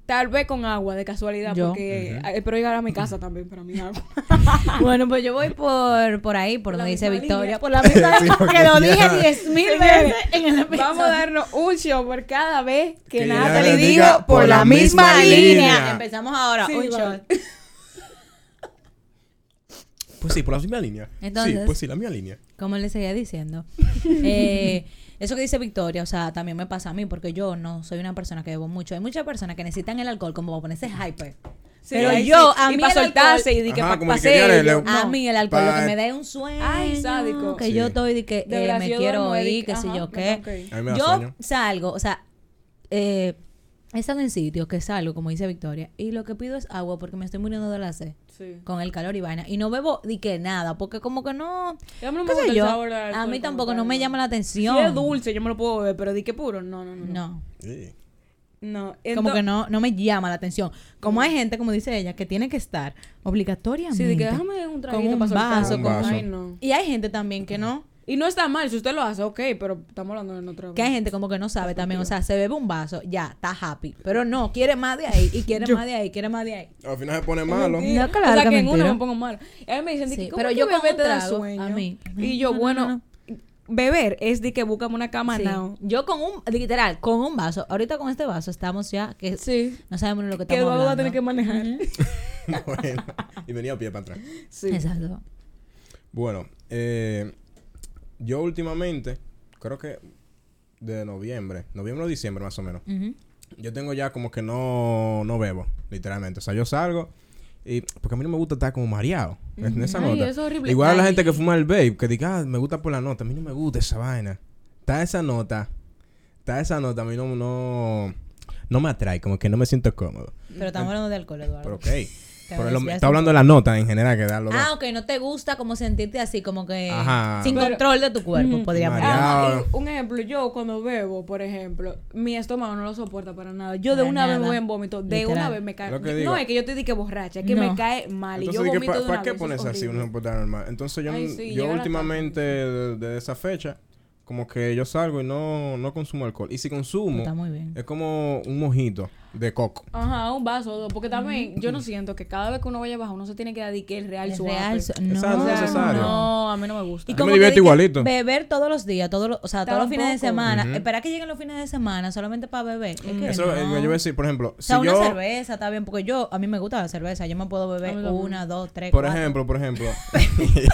[SPEAKER 2] Tal vez con agua, de casualidad,
[SPEAKER 1] Yo.
[SPEAKER 2] porque eh, espero llegar a mi casa también para mi agua.
[SPEAKER 1] Bueno, pues yo voy por, por ahí, por
[SPEAKER 2] La
[SPEAKER 1] donde dice
[SPEAKER 2] misma
[SPEAKER 1] Victoria.
[SPEAKER 2] línea.
[SPEAKER 1] Por la misma
[SPEAKER 3] (laughs) Sí, porque
[SPEAKER 1] que lo dije
[SPEAKER 3] ya.
[SPEAKER 1] diez mil
[SPEAKER 2] Señores,
[SPEAKER 1] veces en el
[SPEAKER 2] Vamos a
[SPEAKER 1] episodio.
[SPEAKER 2] darnos un show por cada vez que,
[SPEAKER 3] Que
[SPEAKER 2] Natalie
[SPEAKER 3] Natalie
[SPEAKER 2] dijo
[SPEAKER 3] diga
[SPEAKER 2] por la misma línea.
[SPEAKER 3] línea.
[SPEAKER 1] Empezamos ahora.
[SPEAKER 2] Sí,
[SPEAKER 1] un
[SPEAKER 2] va.
[SPEAKER 1] shot.
[SPEAKER 3] Pues sí, por la misma línea.
[SPEAKER 1] Entonces-
[SPEAKER 3] sí, pues sí, la misma línea.
[SPEAKER 1] Como le seguía diciendo. Eh, eso que dice Victoria, o sea, también me pasa a mí, porque yo no soy una persona que bebo mucho. Hay muchas personas que necesitan el alcohol como para ponerse hyper.
[SPEAKER 2] Sí,
[SPEAKER 1] Pero
[SPEAKER 2] ahí
[SPEAKER 1] yo,
[SPEAKER 2] sí.
[SPEAKER 1] a
[SPEAKER 2] Y
[SPEAKER 1] mí
[SPEAKER 2] para
[SPEAKER 1] el
[SPEAKER 2] soltarse
[SPEAKER 1] alcohol-
[SPEAKER 2] y di que
[SPEAKER 3] Ajá,
[SPEAKER 2] para
[SPEAKER 3] como que quería leerle un-
[SPEAKER 1] A mí el alcohol, lo
[SPEAKER 3] Pa- eh.
[SPEAKER 1] que me da es un sueño.
[SPEAKER 2] Ay, sádico.
[SPEAKER 1] Que
[SPEAKER 3] Sí.
[SPEAKER 1] yo estoy de que
[SPEAKER 2] De
[SPEAKER 1] eh,
[SPEAKER 2] verdad,
[SPEAKER 1] me
[SPEAKER 2] si yo
[SPEAKER 1] quiero
[SPEAKER 2] duermo,
[SPEAKER 1] ir,
[SPEAKER 2] Eric,
[SPEAKER 1] que sé
[SPEAKER 2] ajá,
[SPEAKER 1] yo
[SPEAKER 2] me
[SPEAKER 1] qué.
[SPEAKER 2] tengo que ir.
[SPEAKER 3] A mí me da
[SPEAKER 1] yo
[SPEAKER 3] sueño.
[SPEAKER 1] salgo, o sea, eh, he estado en sitios que salgo, como dice Victoria, y lo que pido es agua porque me estoy muriendo de la sed
[SPEAKER 2] Sí.
[SPEAKER 1] con el calor y vaina. Y no bebo ni que nada, porque como que no...
[SPEAKER 2] A mí no me
[SPEAKER 1] qué sé
[SPEAKER 2] gusta el
[SPEAKER 1] yo,
[SPEAKER 2] sabor del
[SPEAKER 1] a
[SPEAKER 2] alcohol
[SPEAKER 1] mí
[SPEAKER 2] como
[SPEAKER 1] tampoco
[SPEAKER 2] tal,
[SPEAKER 1] no me
[SPEAKER 2] no.
[SPEAKER 1] llama la
[SPEAKER 2] Si
[SPEAKER 1] atención.
[SPEAKER 2] es dulce, yo me lo puedo beber, pero di que puro, no, no, no.
[SPEAKER 1] No,
[SPEAKER 3] Sí.
[SPEAKER 2] No,
[SPEAKER 1] como
[SPEAKER 2] ento- Mm.
[SPEAKER 1] que no, no me llama la atención. Como hay gente, como dice ella, que tiene que estar obligatoriamente.
[SPEAKER 2] Sí, de que déjame un traguito
[SPEAKER 1] un
[SPEAKER 2] para soltar.
[SPEAKER 1] vaso,
[SPEAKER 3] Con un con- vaso.
[SPEAKER 2] Ay, no.
[SPEAKER 1] Y hay gente también que no.
[SPEAKER 2] Y no está mal, si usted lo hace, ok, pero estamos hablando de otra
[SPEAKER 1] Que hay gente como que no sabe también, o sea, se bebe un vaso, ya, está happy, pero no, quiere más de ahí, y quiere más de ahí, quiere más de ahí.
[SPEAKER 3] Al final se pone malo.
[SPEAKER 1] mentira. No, claro
[SPEAKER 2] o sea,
[SPEAKER 1] que
[SPEAKER 2] que en uno
[SPEAKER 1] mentira.
[SPEAKER 2] me pongo malo. Y a mí me dicen,
[SPEAKER 1] Sí,
[SPEAKER 2] pero yo beber te da sueño.
[SPEAKER 1] a mí.
[SPEAKER 2] Y yo,
[SPEAKER 1] No, no,
[SPEAKER 2] bueno,
[SPEAKER 1] no,
[SPEAKER 2] beber es de que buscamos una cama
[SPEAKER 1] Sí.
[SPEAKER 2] now.
[SPEAKER 1] Yo con un, literal, con un vaso, ahorita con este vaso estamos ya, que
[SPEAKER 2] Sí.
[SPEAKER 1] no sabemos ni lo que
[SPEAKER 2] Que
[SPEAKER 1] estamos
[SPEAKER 2] Eduardo va a
[SPEAKER 1] hablando.
[SPEAKER 2] tener que manejar.
[SPEAKER 3] (laughs) bueno. Y venía a pie para atrás.
[SPEAKER 2] Sí.
[SPEAKER 1] Exacto.
[SPEAKER 3] Bueno, eh, yo últimamente, creo que de noviembre, noviembre o diciembre más o menos,
[SPEAKER 1] Ujú.
[SPEAKER 3] yo tengo ya como que no, no bebo, literalmente. O sea, yo salgo y porque a mí no me gusta estar como mareado en esa
[SPEAKER 2] Ay,
[SPEAKER 3] nota.
[SPEAKER 2] eso es horrible.
[SPEAKER 3] Igual a la
[SPEAKER 2] Ay.
[SPEAKER 3] gente que fuma el vape, que diga, ah, me gusta por la nota, a mí no me gusta esa vaina. Está esa nota, está esa nota, a mí no, no, no me atrae, como que no me siento cómodo.
[SPEAKER 1] Pero estamos hablando de alcohol, Eduardo.
[SPEAKER 3] Pero ok. Pero lo-
[SPEAKER 1] desviaste
[SPEAKER 3] está
[SPEAKER 1] un
[SPEAKER 3] hablando de la nota en general que da los dos.
[SPEAKER 1] Ah, ok, no te gusta como sentirte así, como que
[SPEAKER 3] Ajá.
[SPEAKER 1] sin
[SPEAKER 2] Pero-
[SPEAKER 1] control de tu cuerpo,
[SPEAKER 2] Ujú.
[SPEAKER 1] podríamos
[SPEAKER 3] Mareado.
[SPEAKER 1] decir.
[SPEAKER 2] Ah, y un ejemplo, yo cuando bebo, por ejemplo, mi estómago no lo soporta para nada. Yo de
[SPEAKER 1] Para
[SPEAKER 2] una vez me
[SPEAKER 1] nada.
[SPEAKER 2] voy en vómito, de
[SPEAKER 1] Literal.
[SPEAKER 2] una vez me cae.
[SPEAKER 3] Lo que
[SPEAKER 2] No
[SPEAKER 3] digo.
[SPEAKER 2] es que yo te di que borracha, es que
[SPEAKER 1] No.
[SPEAKER 2] me cae mal. y yo
[SPEAKER 3] di que pa-
[SPEAKER 2] vomito de una
[SPEAKER 3] ¿Para qué
[SPEAKER 2] vez, eso es
[SPEAKER 3] pones así
[SPEAKER 2] horrible.
[SPEAKER 3] una puta normal? Entonces yo,
[SPEAKER 2] Ay,
[SPEAKER 3] no-
[SPEAKER 2] sí,
[SPEAKER 3] yo
[SPEAKER 2] llega la
[SPEAKER 3] últimamente de, de esa fecha, como que yo salgo y no, no consumo alcohol. Y si
[SPEAKER 1] Pues Está
[SPEAKER 3] consumo,
[SPEAKER 1] muy bien.
[SPEAKER 3] es como un mojito de coco.
[SPEAKER 2] Ajá, un vaso o dos. Porque también yo no siento que cada vez que uno vaya abajo, uno se tiene que dar di que el real
[SPEAKER 1] Es
[SPEAKER 2] suave.
[SPEAKER 1] real, su- no.
[SPEAKER 3] Esa no es
[SPEAKER 2] O sea,
[SPEAKER 3] Ah, necesario.
[SPEAKER 2] No, a mí no me gusta.
[SPEAKER 1] Y
[SPEAKER 3] Yo
[SPEAKER 1] como
[SPEAKER 3] me
[SPEAKER 1] que
[SPEAKER 3] divierto
[SPEAKER 1] de que
[SPEAKER 3] igualito.
[SPEAKER 1] Beber todos los días, todos los, o sea, todos los fines de
[SPEAKER 2] Tampoco.
[SPEAKER 1] semana.
[SPEAKER 3] Ujú.
[SPEAKER 1] Esperar que lleguen los fines de semana solamente para beber. Es que
[SPEAKER 3] Eso
[SPEAKER 1] no.
[SPEAKER 3] eh, yo voy a decir, por ejemplo,
[SPEAKER 1] o sea,
[SPEAKER 3] si
[SPEAKER 1] una
[SPEAKER 3] yo...
[SPEAKER 1] cerveza está bien, porque yo, a mí me gusta la cerveza. Yo me puedo
[SPEAKER 2] A
[SPEAKER 1] beber
[SPEAKER 2] mí también.
[SPEAKER 1] una, dos, tres,
[SPEAKER 3] Por
[SPEAKER 1] cuatro.
[SPEAKER 3] ejemplo, por ejemplo... (laughs)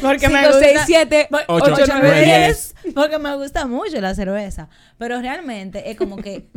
[SPEAKER 1] Porque
[SPEAKER 2] Cinco, seis, siete,
[SPEAKER 1] Por-
[SPEAKER 3] ocho,
[SPEAKER 1] ocho,
[SPEAKER 3] nueve,
[SPEAKER 1] nueve,
[SPEAKER 3] diez.
[SPEAKER 1] diez. Porque me gusta mucho la cerveza. Pero realmente es como
[SPEAKER 3] (laughs)
[SPEAKER 1] que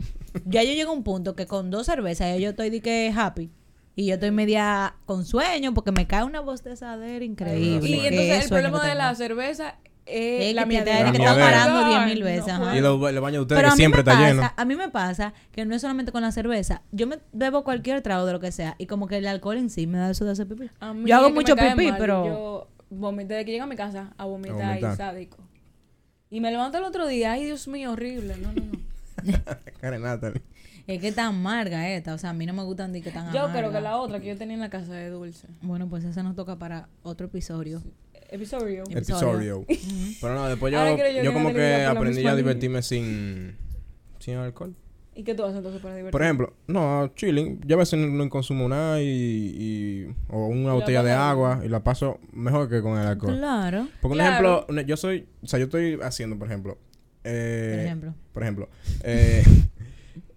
[SPEAKER 1] ya yo llego a un punto que con dos cervezas ya yo estoy de que happy. Y yo estoy media con sueño porque me cae una bostezadera increíble.
[SPEAKER 2] Y
[SPEAKER 1] Qué
[SPEAKER 2] entonces el
[SPEAKER 1] sueño
[SPEAKER 2] problema
[SPEAKER 1] que
[SPEAKER 2] de
[SPEAKER 1] tengo.
[SPEAKER 2] la cerveza es
[SPEAKER 1] Es
[SPEAKER 2] la
[SPEAKER 1] que te-
[SPEAKER 2] miadera.
[SPEAKER 3] es que La está miadera.
[SPEAKER 1] parando 10.000 veces, ajá.
[SPEAKER 3] y
[SPEAKER 2] puedo.
[SPEAKER 3] los ba- los baños de ustedes
[SPEAKER 1] Pero
[SPEAKER 3] que
[SPEAKER 1] a mí,
[SPEAKER 3] siempre
[SPEAKER 1] me
[SPEAKER 3] está
[SPEAKER 1] pasa,
[SPEAKER 3] lleno.
[SPEAKER 1] a mí me pasa que no es solamente con la cerveza. Yo me bebo cualquier trago de lo que sea y como que el alcohol en sí me da eso de hacer pipí.
[SPEAKER 2] A mí
[SPEAKER 1] Yo hago
[SPEAKER 2] es que me
[SPEAKER 1] mucho
[SPEAKER 2] cae
[SPEAKER 1] pipí,
[SPEAKER 2] mal,
[SPEAKER 1] pero...
[SPEAKER 2] Yo vomité desde que llego a mi casa a vomitar,
[SPEAKER 3] A vomitar.
[SPEAKER 2] y sádico. Y me levanto el otro día, ay Dios mío, horrible. No, no,
[SPEAKER 1] (laughs)
[SPEAKER 2] no.
[SPEAKER 3] Karen Natalie.
[SPEAKER 1] Es que tan amarga esta. O sea, a mí no me gustan ni que tan
[SPEAKER 2] Yo
[SPEAKER 1] amarga.
[SPEAKER 2] creo que la otra que yo tenía en la casa de dulce.
[SPEAKER 1] Bueno, pues esa nos toca para otro episodio.
[SPEAKER 2] Episodio.
[SPEAKER 1] Episodio.
[SPEAKER 3] Episodio. Pero no, después yo,
[SPEAKER 2] Ahora creo yo
[SPEAKER 3] yo,
[SPEAKER 2] que
[SPEAKER 3] como
[SPEAKER 2] Natalie
[SPEAKER 3] que
[SPEAKER 2] viva por la
[SPEAKER 3] aprendí
[SPEAKER 2] misma
[SPEAKER 3] ya a
[SPEAKER 2] línea.
[SPEAKER 3] divertirme sin, sin alcohol.
[SPEAKER 2] ¿Y qué tú haces entonces para divertirte?
[SPEAKER 3] Por ejemplo, no, chilling. Yo a veces no, no consumo nada y, y- o una
[SPEAKER 2] la
[SPEAKER 3] botella de
[SPEAKER 2] pasas
[SPEAKER 3] agua y la paso mejor que con el alcohol.
[SPEAKER 1] Claro.
[SPEAKER 3] Porque un
[SPEAKER 2] Claro.
[SPEAKER 3] ejemplo, no, yo soy, o sea, yo estoy haciendo, por ejemplo, eh,
[SPEAKER 1] Por ejemplo.
[SPEAKER 3] por ejemplo, eh, (laughs)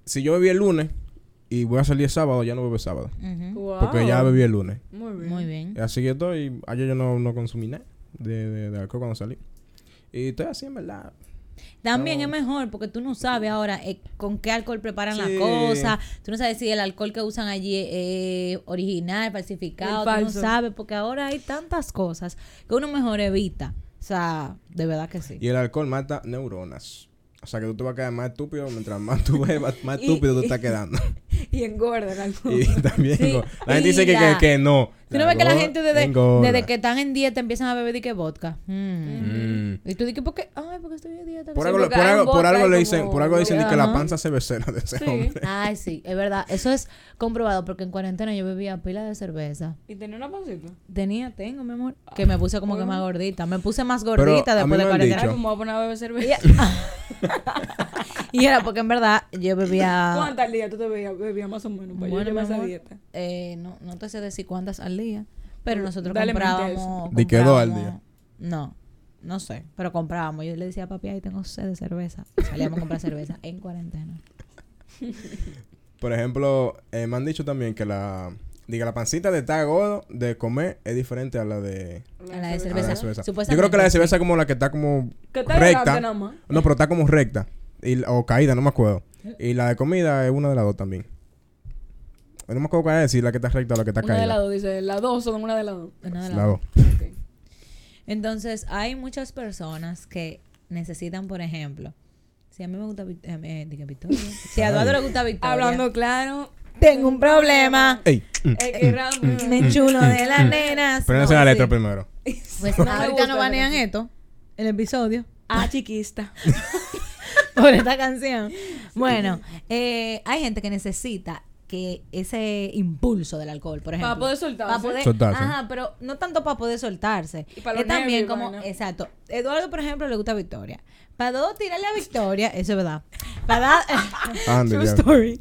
[SPEAKER 3] si yo bebí el lunes y voy a salir el sábado, ya no bebo el sábado,
[SPEAKER 1] Ujú.
[SPEAKER 2] Wow.
[SPEAKER 3] porque ya bebí el lunes.
[SPEAKER 2] Muy bien.
[SPEAKER 1] Muy bien.
[SPEAKER 3] Así que estoy, ayer yo no, no consumí nada de, de- de alcohol cuando salí. Y estoy así en verdad.
[SPEAKER 1] También
[SPEAKER 3] No.
[SPEAKER 1] es mejor porque tú no sabes ahora eh, con qué alcohol preparan las
[SPEAKER 3] Sí.
[SPEAKER 1] cosas. Tú no sabes si el alcohol que usan allí es eh, original, falsificado.
[SPEAKER 2] El
[SPEAKER 1] Tú no
[SPEAKER 2] falso.
[SPEAKER 1] sabes porque ahora hay tantas cosas que uno mejor evita. O sea, de verdad que sí.
[SPEAKER 3] Y el alcohol mata neuronas. O sea que tú te vas a quedar más estúpido mientras más tú bebas,
[SPEAKER 1] (laughs)
[SPEAKER 3] más
[SPEAKER 2] Y-
[SPEAKER 3] estúpido tú estás quedando.
[SPEAKER 2] (laughs)
[SPEAKER 3] (laughs)
[SPEAKER 2] Y engorda el alcohol.
[SPEAKER 3] Y también
[SPEAKER 1] Sí,
[SPEAKER 3] engorda. la gente dice que, que,
[SPEAKER 1] engorda.
[SPEAKER 3] que no.
[SPEAKER 1] Tú no ves que la gente desde,
[SPEAKER 3] engorda.
[SPEAKER 1] desde que están en dieta empiezan a beber y que vodka. Mm.
[SPEAKER 3] Mm.
[SPEAKER 1] Y tú dices, ¿por qué? Ay, porque estoy en dieta.
[SPEAKER 3] Por
[SPEAKER 2] Sí,
[SPEAKER 3] algo, por
[SPEAKER 2] porque hay
[SPEAKER 3] algo, por
[SPEAKER 2] vodka
[SPEAKER 3] algo
[SPEAKER 2] y
[SPEAKER 3] le dicen,
[SPEAKER 2] como-
[SPEAKER 3] por algo dicen
[SPEAKER 1] Ajá.
[SPEAKER 3] que la panza se becera de ese
[SPEAKER 2] Sí.
[SPEAKER 3] hombre.
[SPEAKER 1] Ay, sí, es verdad. Eso es comprobado porque en cuarentena yo bebía pila de cerveza.
[SPEAKER 2] (laughs) ¿Y tenía una pancita?
[SPEAKER 1] Tenía, tengo, mi amor.
[SPEAKER 2] Ah,
[SPEAKER 1] Que me puse como que más gordita. Me puse más
[SPEAKER 3] Pero
[SPEAKER 1] gordita
[SPEAKER 3] a
[SPEAKER 1] después
[SPEAKER 3] mí
[SPEAKER 1] de (laughs)
[SPEAKER 3] me
[SPEAKER 2] "Ah,
[SPEAKER 3] han
[SPEAKER 1] cuarentena.
[SPEAKER 2] Ay,
[SPEAKER 3] Yo.
[SPEAKER 2] pues me voy a poner a beber cerveza.
[SPEAKER 1] Y- (laughs) Y era porque en verdad yo bebía.
[SPEAKER 2] (laughs) ¿Cuántas al día tú te bebías bebías más o menos para yo
[SPEAKER 1] Bueno, mi
[SPEAKER 2] llevar esa
[SPEAKER 1] amor,
[SPEAKER 2] dieta?
[SPEAKER 1] eh, no, no te sé decir cuántas al día, pero nosotros
[SPEAKER 2] Dale mente a
[SPEAKER 1] comprábamos.
[SPEAKER 3] ¿De qué dos al
[SPEAKER 1] comprábamos- No, no sé, pero comprábamos. Yo le decía a papi, ahí tengo sed de cerveza. Salíamos a comprar cerveza en cuarentena.
[SPEAKER 3] Por ejemplo, eh, me han dicho también que la... Diga, la pancita de estar gordo, de comer, es diferente a la de...
[SPEAKER 1] A la de
[SPEAKER 3] a la
[SPEAKER 1] cerveza.
[SPEAKER 3] de cerveza. Yo
[SPEAKER 1] Supuestamente,
[SPEAKER 3] creo que la de
[SPEAKER 1] sí.
[SPEAKER 3] cerveza es como la que está como
[SPEAKER 2] Que está
[SPEAKER 3] recta.
[SPEAKER 2] delante nada más.
[SPEAKER 3] No, pero está como recta. Y la- o caída, no me acuerdo. Y la de comida es una de las dos también. No me acuerdo cuál es, si la que está recta o la que está
[SPEAKER 2] Una
[SPEAKER 3] caída.
[SPEAKER 2] de las dos, dice. Las dos son una de las dos.
[SPEAKER 1] Una de
[SPEAKER 3] La
[SPEAKER 1] las
[SPEAKER 3] dos.
[SPEAKER 2] Ok.
[SPEAKER 1] Entonces, hay muchas personas que necesitan, por ejemplo, si a mí me gusta Vic- eh, eh, dije
[SPEAKER 3] (laughs)
[SPEAKER 1] Victoria, si a Eduardo le gusta Victoria,
[SPEAKER 2] Hablando claro. Eh,
[SPEAKER 1] tengo un problema,
[SPEAKER 3] Ey, mm.
[SPEAKER 2] Es que Ramón- (laughs)
[SPEAKER 1] me chulo de las nenas.
[SPEAKER 3] Pero no sea
[SPEAKER 1] sí.
[SPEAKER 3] la letra primero.
[SPEAKER 1] Pues
[SPEAKER 2] No me
[SPEAKER 1] ahorita
[SPEAKER 2] gusta
[SPEAKER 1] no
[SPEAKER 2] la
[SPEAKER 1] banean
[SPEAKER 2] canción.
[SPEAKER 1] esto, el episodio, (laughs)
[SPEAKER 2] Ah, chiquista.
[SPEAKER 1] por esta canción. Bueno, eh, hay gente que necesita que ese impulso del alcohol, por ejemplo.
[SPEAKER 2] Para poder soltarse.
[SPEAKER 1] Pa' poder-
[SPEAKER 3] Soltarse.
[SPEAKER 1] Ajá, pero no tanto para poder soltarse.
[SPEAKER 2] Y pa' los
[SPEAKER 1] es también
[SPEAKER 2] nervios y
[SPEAKER 1] como,
[SPEAKER 2] vaina.
[SPEAKER 1] exacto. Eduardo, por ejemplo, le gusta Victoria. Para dos tirarle a Victoria, eso es verdad.
[SPEAKER 2] (laughs)
[SPEAKER 1] Para
[SPEAKER 3] Ah, Ande, ya.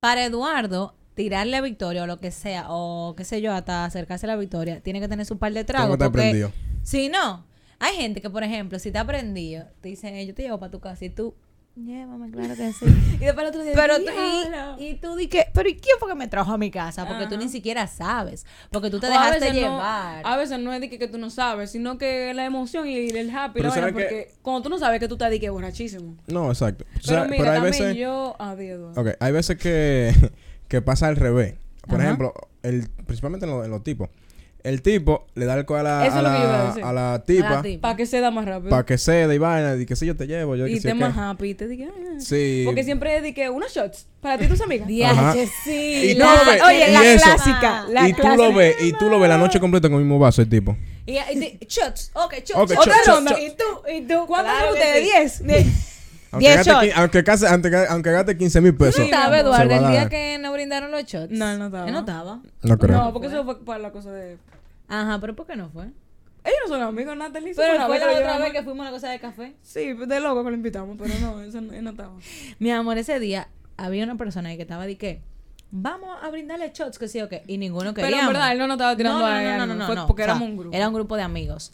[SPEAKER 1] para Eduardo tirarle a Victoria o lo que sea o qué sé yo, hasta acercarse a la Victoria, tiene que tener su par de tragos
[SPEAKER 3] estar
[SPEAKER 1] porque
[SPEAKER 3] prendido.
[SPEAKER 1] si no, hay gente que por ejemplo, si está prendido, te dicen, "Eh, "Yo te llevo para tu casa" y tú Llévame, claro que sí.
[SPEAKER 2] Y después el otro día.
[SPEAKER 1] Pero tú-
[SPEAKER 2] "Diablo".
[SPEAKER 1] y, y tú di que, pero ¿y quién fue que me trajo a mi casa? Porque tú
[SPEAKER 2] Ajá.
[SPEAKER 1] ni siquiera sabes. Porque tú te
[SPEAKER 2] O a
[SPEAKER 1] dejaste
[SPEAKER 2] veces no-
[SPEAKER 1] llevar.
[SPEAKER 2] a veces no es de que, que tú no sabes, sino que la emoción y el happy.
[SPEAKER 3] Pero
[SPEAKER 2] la vaina,
[SPEAKER 3] ¿sabes qué?
[SPEAKER 2] porque cuando tú no sabes que tú estás de que borrachísimo.
[SPEAKER 3] No, exacto. O
[SPEAKER 2] Pero
[SPEAKER 3] sea,
[SPEAKER 2] mira,
[SPEAKER 3] pero hay
[SPEAKER 2] también
[SPEAKER 3] veces...
[SPEAKER 2] yo. Ah, di, Eduardo.
[SPEAKER 3] Ok, hay veces que, (laughs) que pasa al revés. Por
[SPEAKER 1] Ajá.
[SPEAKER 3] ejemplo, el, principalmente en, lo- en los tipos. El tipo le da alcohol a la,
[SPEAKER 2] Eso
[SPEAKER 3] a
[SPEAKER 2] es lo que yo iba a
[SPEAKER 3] la,
[SPEAKER 2] decir.
[SPEAKER 3] a la tipa
[SPEAKER 1] tipa.
[SPEAKER 2] Para que se da más rápido.
[SPEAKER 3] para que ceda y vaina y que si yo te llevo, yo
[SPEAKER 2] y
[SPEAKER 3] que
[SPEAKER 2] esté
[SPEAKER 3] sé
[SPEAKER 2] más
[SPEAKER 3] qué.
[SPEAKER 2] happy. Y te diga. "Ah".
[SPEAKER 3] Sí.
[SPEAKER 2] Porque siempre es de que unos shots. Para ti y
[SPEAKER 1] (laughs)
[SPEAKER 2] tus amigas.
[SPEAKER 3] Ajá.
[SPEAKER 1] Diache, sí.
[SPEAKER 3] Y tú lo ves, y eso.
[SPEAKER 1] Ah.
[SPEAKER 2] la
[SPEAKER 3] y tú lo
[SPEAKER 2] clase-
[SPEAKER 3] ves, y tú lo ves la noche completa con el mismo vaso el tipo.
[SPEAKER 1] Y, y- y- shots, ok, shots.
[SPEAKER 3] Ok,
[SPEAKER 1] otra
[SPEAKER 3] shots,
[SPEAKER 1] ronda.
[SPEAKER 3] shots,
[SPEAKER 1] Y tú, y tú.
[SPEAKER 2] ¿Cuántos
[SPEAKER 1] Claro
[SPEAKER 2] son
[SPEAKER 1] que
[SPEAKER 2] ustedes?
[SPEAKER 1] sí.
[SPEAKER 2] ¿Diez?
[SPEAKER 3] Aunque
[SPEAKER 1] Diez
[SPEAKER 3] gaste,
[SPEAKER 1] shots.
[SPEAKER 3] qui- aunque, case- aunque, ga- aunque gaste 15 mil
[SPEAKER 1] ¿Tú
[SPEAKER 3] pesos.
[SPEAKER 1] no estabas,
[SPEAKER 3] se va
[SPEAKER 1] Eduardo,
[SPEAKER 3] a
[SPEAKER 1] el
[SPEAKER 3] dar.
[SPEAKER 1] día que no brindaron los shots?
[SPEAKER 2] No, él no estaba.
[SPEAKER 1] Él no estaba.
[SPEAKER 3] No creo.
[SPEAKER 2] No, porque eso fue para la cosa de.
[SPEAKER 1] Ajá, pero ¿por qué no fue?
[SPEAKER 2] Ellos no son amigos, Natalie.
[SPEAKER 1] Pero
[SPEAKER 2] una
[SPEAKER 1] fue
[SPEAKER 2] vez
[SPEAKER 1] la
[SPEAKER 2] que lo
[SPEAKER 1] otra
[SPEAKER 2] llevamos-
[SPEAKER 1] vez que fuimos a la cosa de café.
[SPEAKER 2] Sí, de loco que lo invitamos, pero no, eso no, él no estaba.
[SPEAKER 1] Mi amor, ese día había una persona ahí que estaba de que vamos a brindarle shots, que sí o que, y ninguno
[SPEAKER 2] Pero
[SPEAKER 1] quería.
[SPEAKER 2] en verdad, él no nos estaba tirando a él,
[SPEAKER 1] No, no, no,
[SPEAKER 2] fue
[SPEAKER 1] no,
[SPEAKER 2] porque
[SPEAKER 1] o sea,
[SPEAKER 2] éramos un grupo.
[SPEAKER 1] Era un grupo de amigos.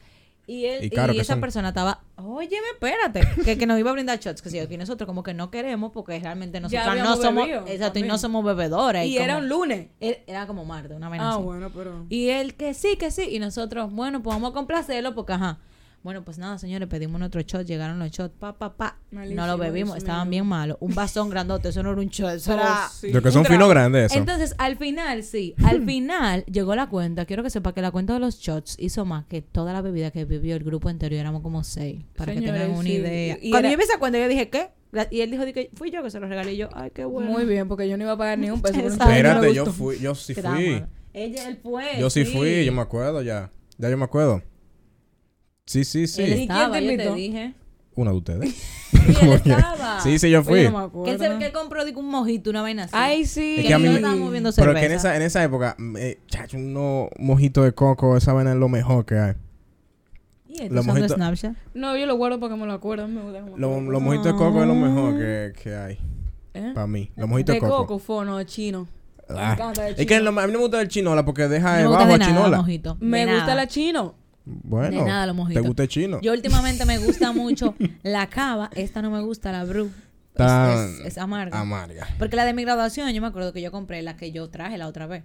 [SPEAKER 1] Y, él,
[SPEAKER 3] Y
[SPEAKER 1] y,
[SPEAKER 3] caro que
[SPEAKER 1] esa
[SPEAKER 3] son.
[SPEAKER 1] persona estaba, oye,
[SPEAKER 2] (laughs)
[SPEAKER 1] espérate, que, que nos iba a brindar shots, que sí, o que, y nosotros como que no queremos porque realmente nosotros no
[SPEAKER 2] habíamos
[SPEAKER 1] somos,
[SPEAKER 2] bebido
[SPEAKER 1] exacto, y
[SPEAKER 2] también.
[SPEAKER 1] no somos bebedores.
[SPEAKER 2] Y era un lunes.
[SPEAKER 1] Era como martes, una vaina
[SPEAKER 2] Ah,
[SPEAKER 1] así.
[SPEAKER 2] bueno, pero.
[SPEAKER 1] Y él que sí, que sí. Y nosotros, bueno, pues vamos a complacerlo porque, ajá. Bueno, pues nada, señores, pedimos nuestro shot, llegaron los shots, pa, pa, pa.
[SPEAKER 2] Malísimo,
[SPEAKER 1] no lo bebimos,
[SPEAKER 2] Dios
[SPEAKER 1] estaban
[SPEAKER 2] mío.
[SPEAKER 1] bien malos. Un vasón grandote, eso no era un shot, eso era...
[SPEAKER 2] Oh, sí.
[SPEAKER 3] Yo que
[SPEAKER 2] Un
[SPEAKER 3] son
[SPEAKER 2] trago.
[SPEAKER 3] fino grande eso.
[SPEAKER 1] Entonces, al final, sí, al final llegó la cuenta. Quiero que sepa que la cuenta de los shots hizo más que toda la bebida que bebió el grupo entero. Éramos como seis, para que
[SPEAKER 2] Señores,
[SPEAKER 1] tengan una
[SPEAKER 2] sí.
[SPEAKER 1] idea.
[SPEAKER 2] Y
[SPEAKER 1] Cuando
[SPEAKER 2] era-
[SPEAKER 1] yo vi esa cuenta, yo dije, ¿qué? La- Y él dijo, di que fui yo que se los regalé. Y yo, ay, qué bueno.
[SPEAKER 2] Muy bien, porque yo no iba a pagar ni un peso. por un
[SPEAKER 1] Exacto.
[SPEAKER 2] trago que no
[SPEAKER 3] Espérate,
[SPEAKER 2] me
[SPEAKER 3] yo
[SPEAKER 2] gustó.
[SPEAKER 3] fui, yo sí
[SPEAKER 1] Que estaba
[SPEAKER 3] fui.
[SPEAKER 1] malo. Ella, él fue.
[SPEAKER 3] Yo sí fui, yo me acuerdo ya. Ya yo me acuerdo. Sí, sí,
[SPEAKER 1] Él
[SPEAKER 3] sí.
[SPEAKER 2] quién
[SPEAKER 1] estaba,
[SPEAKER 2] te
[SPEAKER 1] yo te
[SPEAKER 2] invitó?
[SPEAKER 1] dije.
[SPEAKER 3] Una de ustedes. (laughs)
[SPEAKER 1] Y él
[SPEAKER 3] Como que-
[SPEAKER 1] estaba.
[SPEAKER 3] Sí, sí, yo
[SPEAKER 2] Oye,
[SPEAKER 3] fui.
[SPEAKER 2] no me
[SPEAKER 1] Que él, se,
[SPEAKER 2] acuerdo.
[SPEAKER 1] que él compró digo, un mojito, una vaina así.
[SPEAKER 2] Ay, sí.
[SPEAKER 3] Es que a mí
[SPEAKER 1] Nosotros
[SPEAKER 3] me-
[SPEAKER 1] estábamos bebiendo
[SPEAKER 3] Pero
[SPEAKER 1] cerveza.
[SPEAKER 3] que en esa, en esa época, mm, eh, chacho, unos mojitos de coco, esa vaina es lo mejor que hay.
[SPEAKER 1] ¿Y él
[SPEAKER 3] la
[SPEAKER 1] usando
[SPEAKER 3] mojito-
[SPEAKER 1] Snapchat?
[SPEAKER 2] No, yo lo guardo porque me lo acuerdo. Me gusta como.
[SPEAKER 3] Lo- Los mojitos de coco es lo mejor que, que hay.
[SPEAKER 2] ¿Eh?
[SPEAKER 3] Para mí. Los mojitos
[SPEAKER 2] De
[SPEAKER 3] de coco.
[SPEAKER 2] coco, fono, chino.
[SPEAKER 3] Ah.
[SPEAKER 2] Me encanta el
[SPEAKER 3] Es
[SPEAKER 2] chino.
[SPEAKER 3] que lo- a mí no me gusta el chinola porque deja
[SPEAKER 1] No me
[SPEAKER 3] debajo
[SPEAKER 1] gusta de
[SPEAKER 3] Ah, a
[SPEAKER 1] nada
[SPEAKER 3] chinola.
[SPEAKER 1] los mojitos.
[SPEAKER 2] Me
[SPEAKER 1] De
[SPEAKER 2] gusta
[SPEAKER 1] nada.
[SPEAKER 2] la chino.
[SPEAKER 3] Bueno,
[SPEAKER 1] De nada los mojitos.
[SPEAKER 3] te gusta el chino.
[SPEAKER 1] Yo últimamente me
[SPEAKER 3] (laughs)
[SPEAKER 1] gusta mucho la cava. Esta no me gusta, la brew. Es-
[SPEAKER 3] Tan-
[SPEAKER 1] Es, es amarga.
[SPEAKER 3] Amarga.
[SPEAKER 1] Porque la de mi graduación, yo me acuerdo que yo compré la que yo traje la otra vez.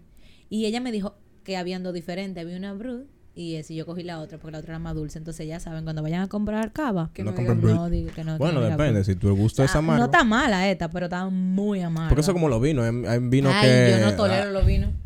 [SPEAKER 1] Y ella me dijo que habían dos diferentes. Había una brew y esa, y yo cogí la otra porque la otra era más dulce. Entonces ya saben, cuando vayan a comprar cava,
[SPEAKER 2] Que
[SPEAKER 3] No
[SPEAKER 2] no
[SPEAKER 3] compren
[SPEAKER 2] diga-
[SPEAKER 3] brew.
[SPEAKER 1] no digo que no. que
[SPEAKER 3] Bueno,
[SPEAKER 1] no diga
[SPEAKER 3] depende.
[SPEAKER 1] brew.
[SPEAKER 3] Si tu gusto es
[SPEAKER 1] Ah,
[SPEAKER 3] amargo.
[SPEAKER 1] No está mala esta, pero está muy amarga.
[SPEAKER 3] porque eso es como los vinos. Hay, hay vinos
[SPEAKER 1] Ay,
[SPEAKER 3] que.
[SPEAKER 1] yo no tolero los vinos.
[SPEAKER 3] ah,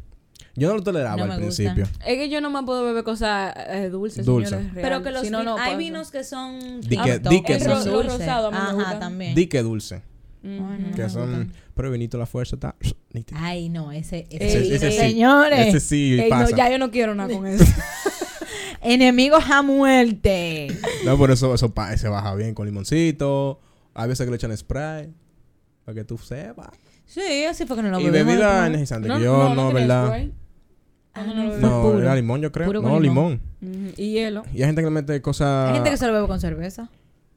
[SPEAKER 3] yo no lo toleraba
[SPEAKER 1] No
[SPEAKER 3] al
[SPEAKER 1] me
[SPEAKER 3] principio.
[SPEAKER 1] gusta.
[SPEAKER 2] Es que yo no me puedo beber cosas eh, dulces,
[SPEAKER 3] Dulce.
[SPEAKER 2] señores. real.
[SPEAKER 1] Pero que los
[SPEAKER 2] Si no,
[SPEAKER 1] vin-
[SPEAKER 2] no
[SPEAKER 1] hay
[SPEAKER 2] paso.
[SPEAKER 1] vinos que son
[SPEAKER 3] Di
[SPEAKER 1] tintos,
[SPEAKER 3] que- di que
[SPEAKER 1] que
[SPEAKER 3] son-
[SPEAKER 1] son
[SPEAKER 3] Los
[SPEAKER 1] dulces.
[SPEAKER 2] rosados a mí me
[SPEAKER 1] Ajá,
[SPEAKER 2] gustan.
[SPEAKER 1] también.
[SPEAKER 3] Di que dulce.
[SPEAKER 1] Ay,
[SPEAKER 2] Mm.
[SPEAKER 1] no, no
[SPEAKER 3] que
[SPEAKER 1] me
[SPEAKER 3] son.
[SPEAKER 1] gustan.
[SPEAKER 3] Pero el vinito, la fuerza está. nítido.
[SPEAKER 1] Ay, no, ese, ese,
[SPEAKER 2] Ese-
[SPEAKER 1] vino.
[SPEAKER 2] ese sí.
[SPEAKER 1] señores,
[SPEAKER 3] Ese sí
[SPEAKER 2] Ey, no,
[SPEAKER 3] pasa.
[SPEAKER 2] ya yo no quiero nada
[SPEAKER 3] (laughs)
[SPEAKER 2] con eso.
[SPEAKER 1] (laughs) enemigos a muerte.
[SPEAKER 3] No, por eso, eso pa- se baja bien con limoncito. A veces que le echan spray. Para que tú sepas.
[SPEAKER 1] Sí, así fue que no lo
[SPEAKER 3] y
[SPEAKER 1] bebimos
[SPEAKER 3] bebida
[SPEAKER 1] después.
[SPEAKER 3] energizante. que yo no,
[SPEAKER 2] tenía
[SPEAKER 3] ¿verdad?
[SPEAKER 2] Sprite.
[SPEAKER 1] Ah,
[SPEAKER 2] Cuando no lo
[SPEAKER 1] fue
[SPEAKER 3] No,
[SPEAKER 1] puro.
[SPEAKER 3] era limón, yo creo.
[SPEAKER 1] Puro con
[SPEAKER 3] no,
[SPEAKER 1] limón.
[SPEAKER 3] limón.
[SPEAKER 2] Ujú, Y hielo.
[SPEAKER 3] Y hay gente que le mete cosas.
[SPEAKER 1] Hay gente que se lo bebe con cerveza.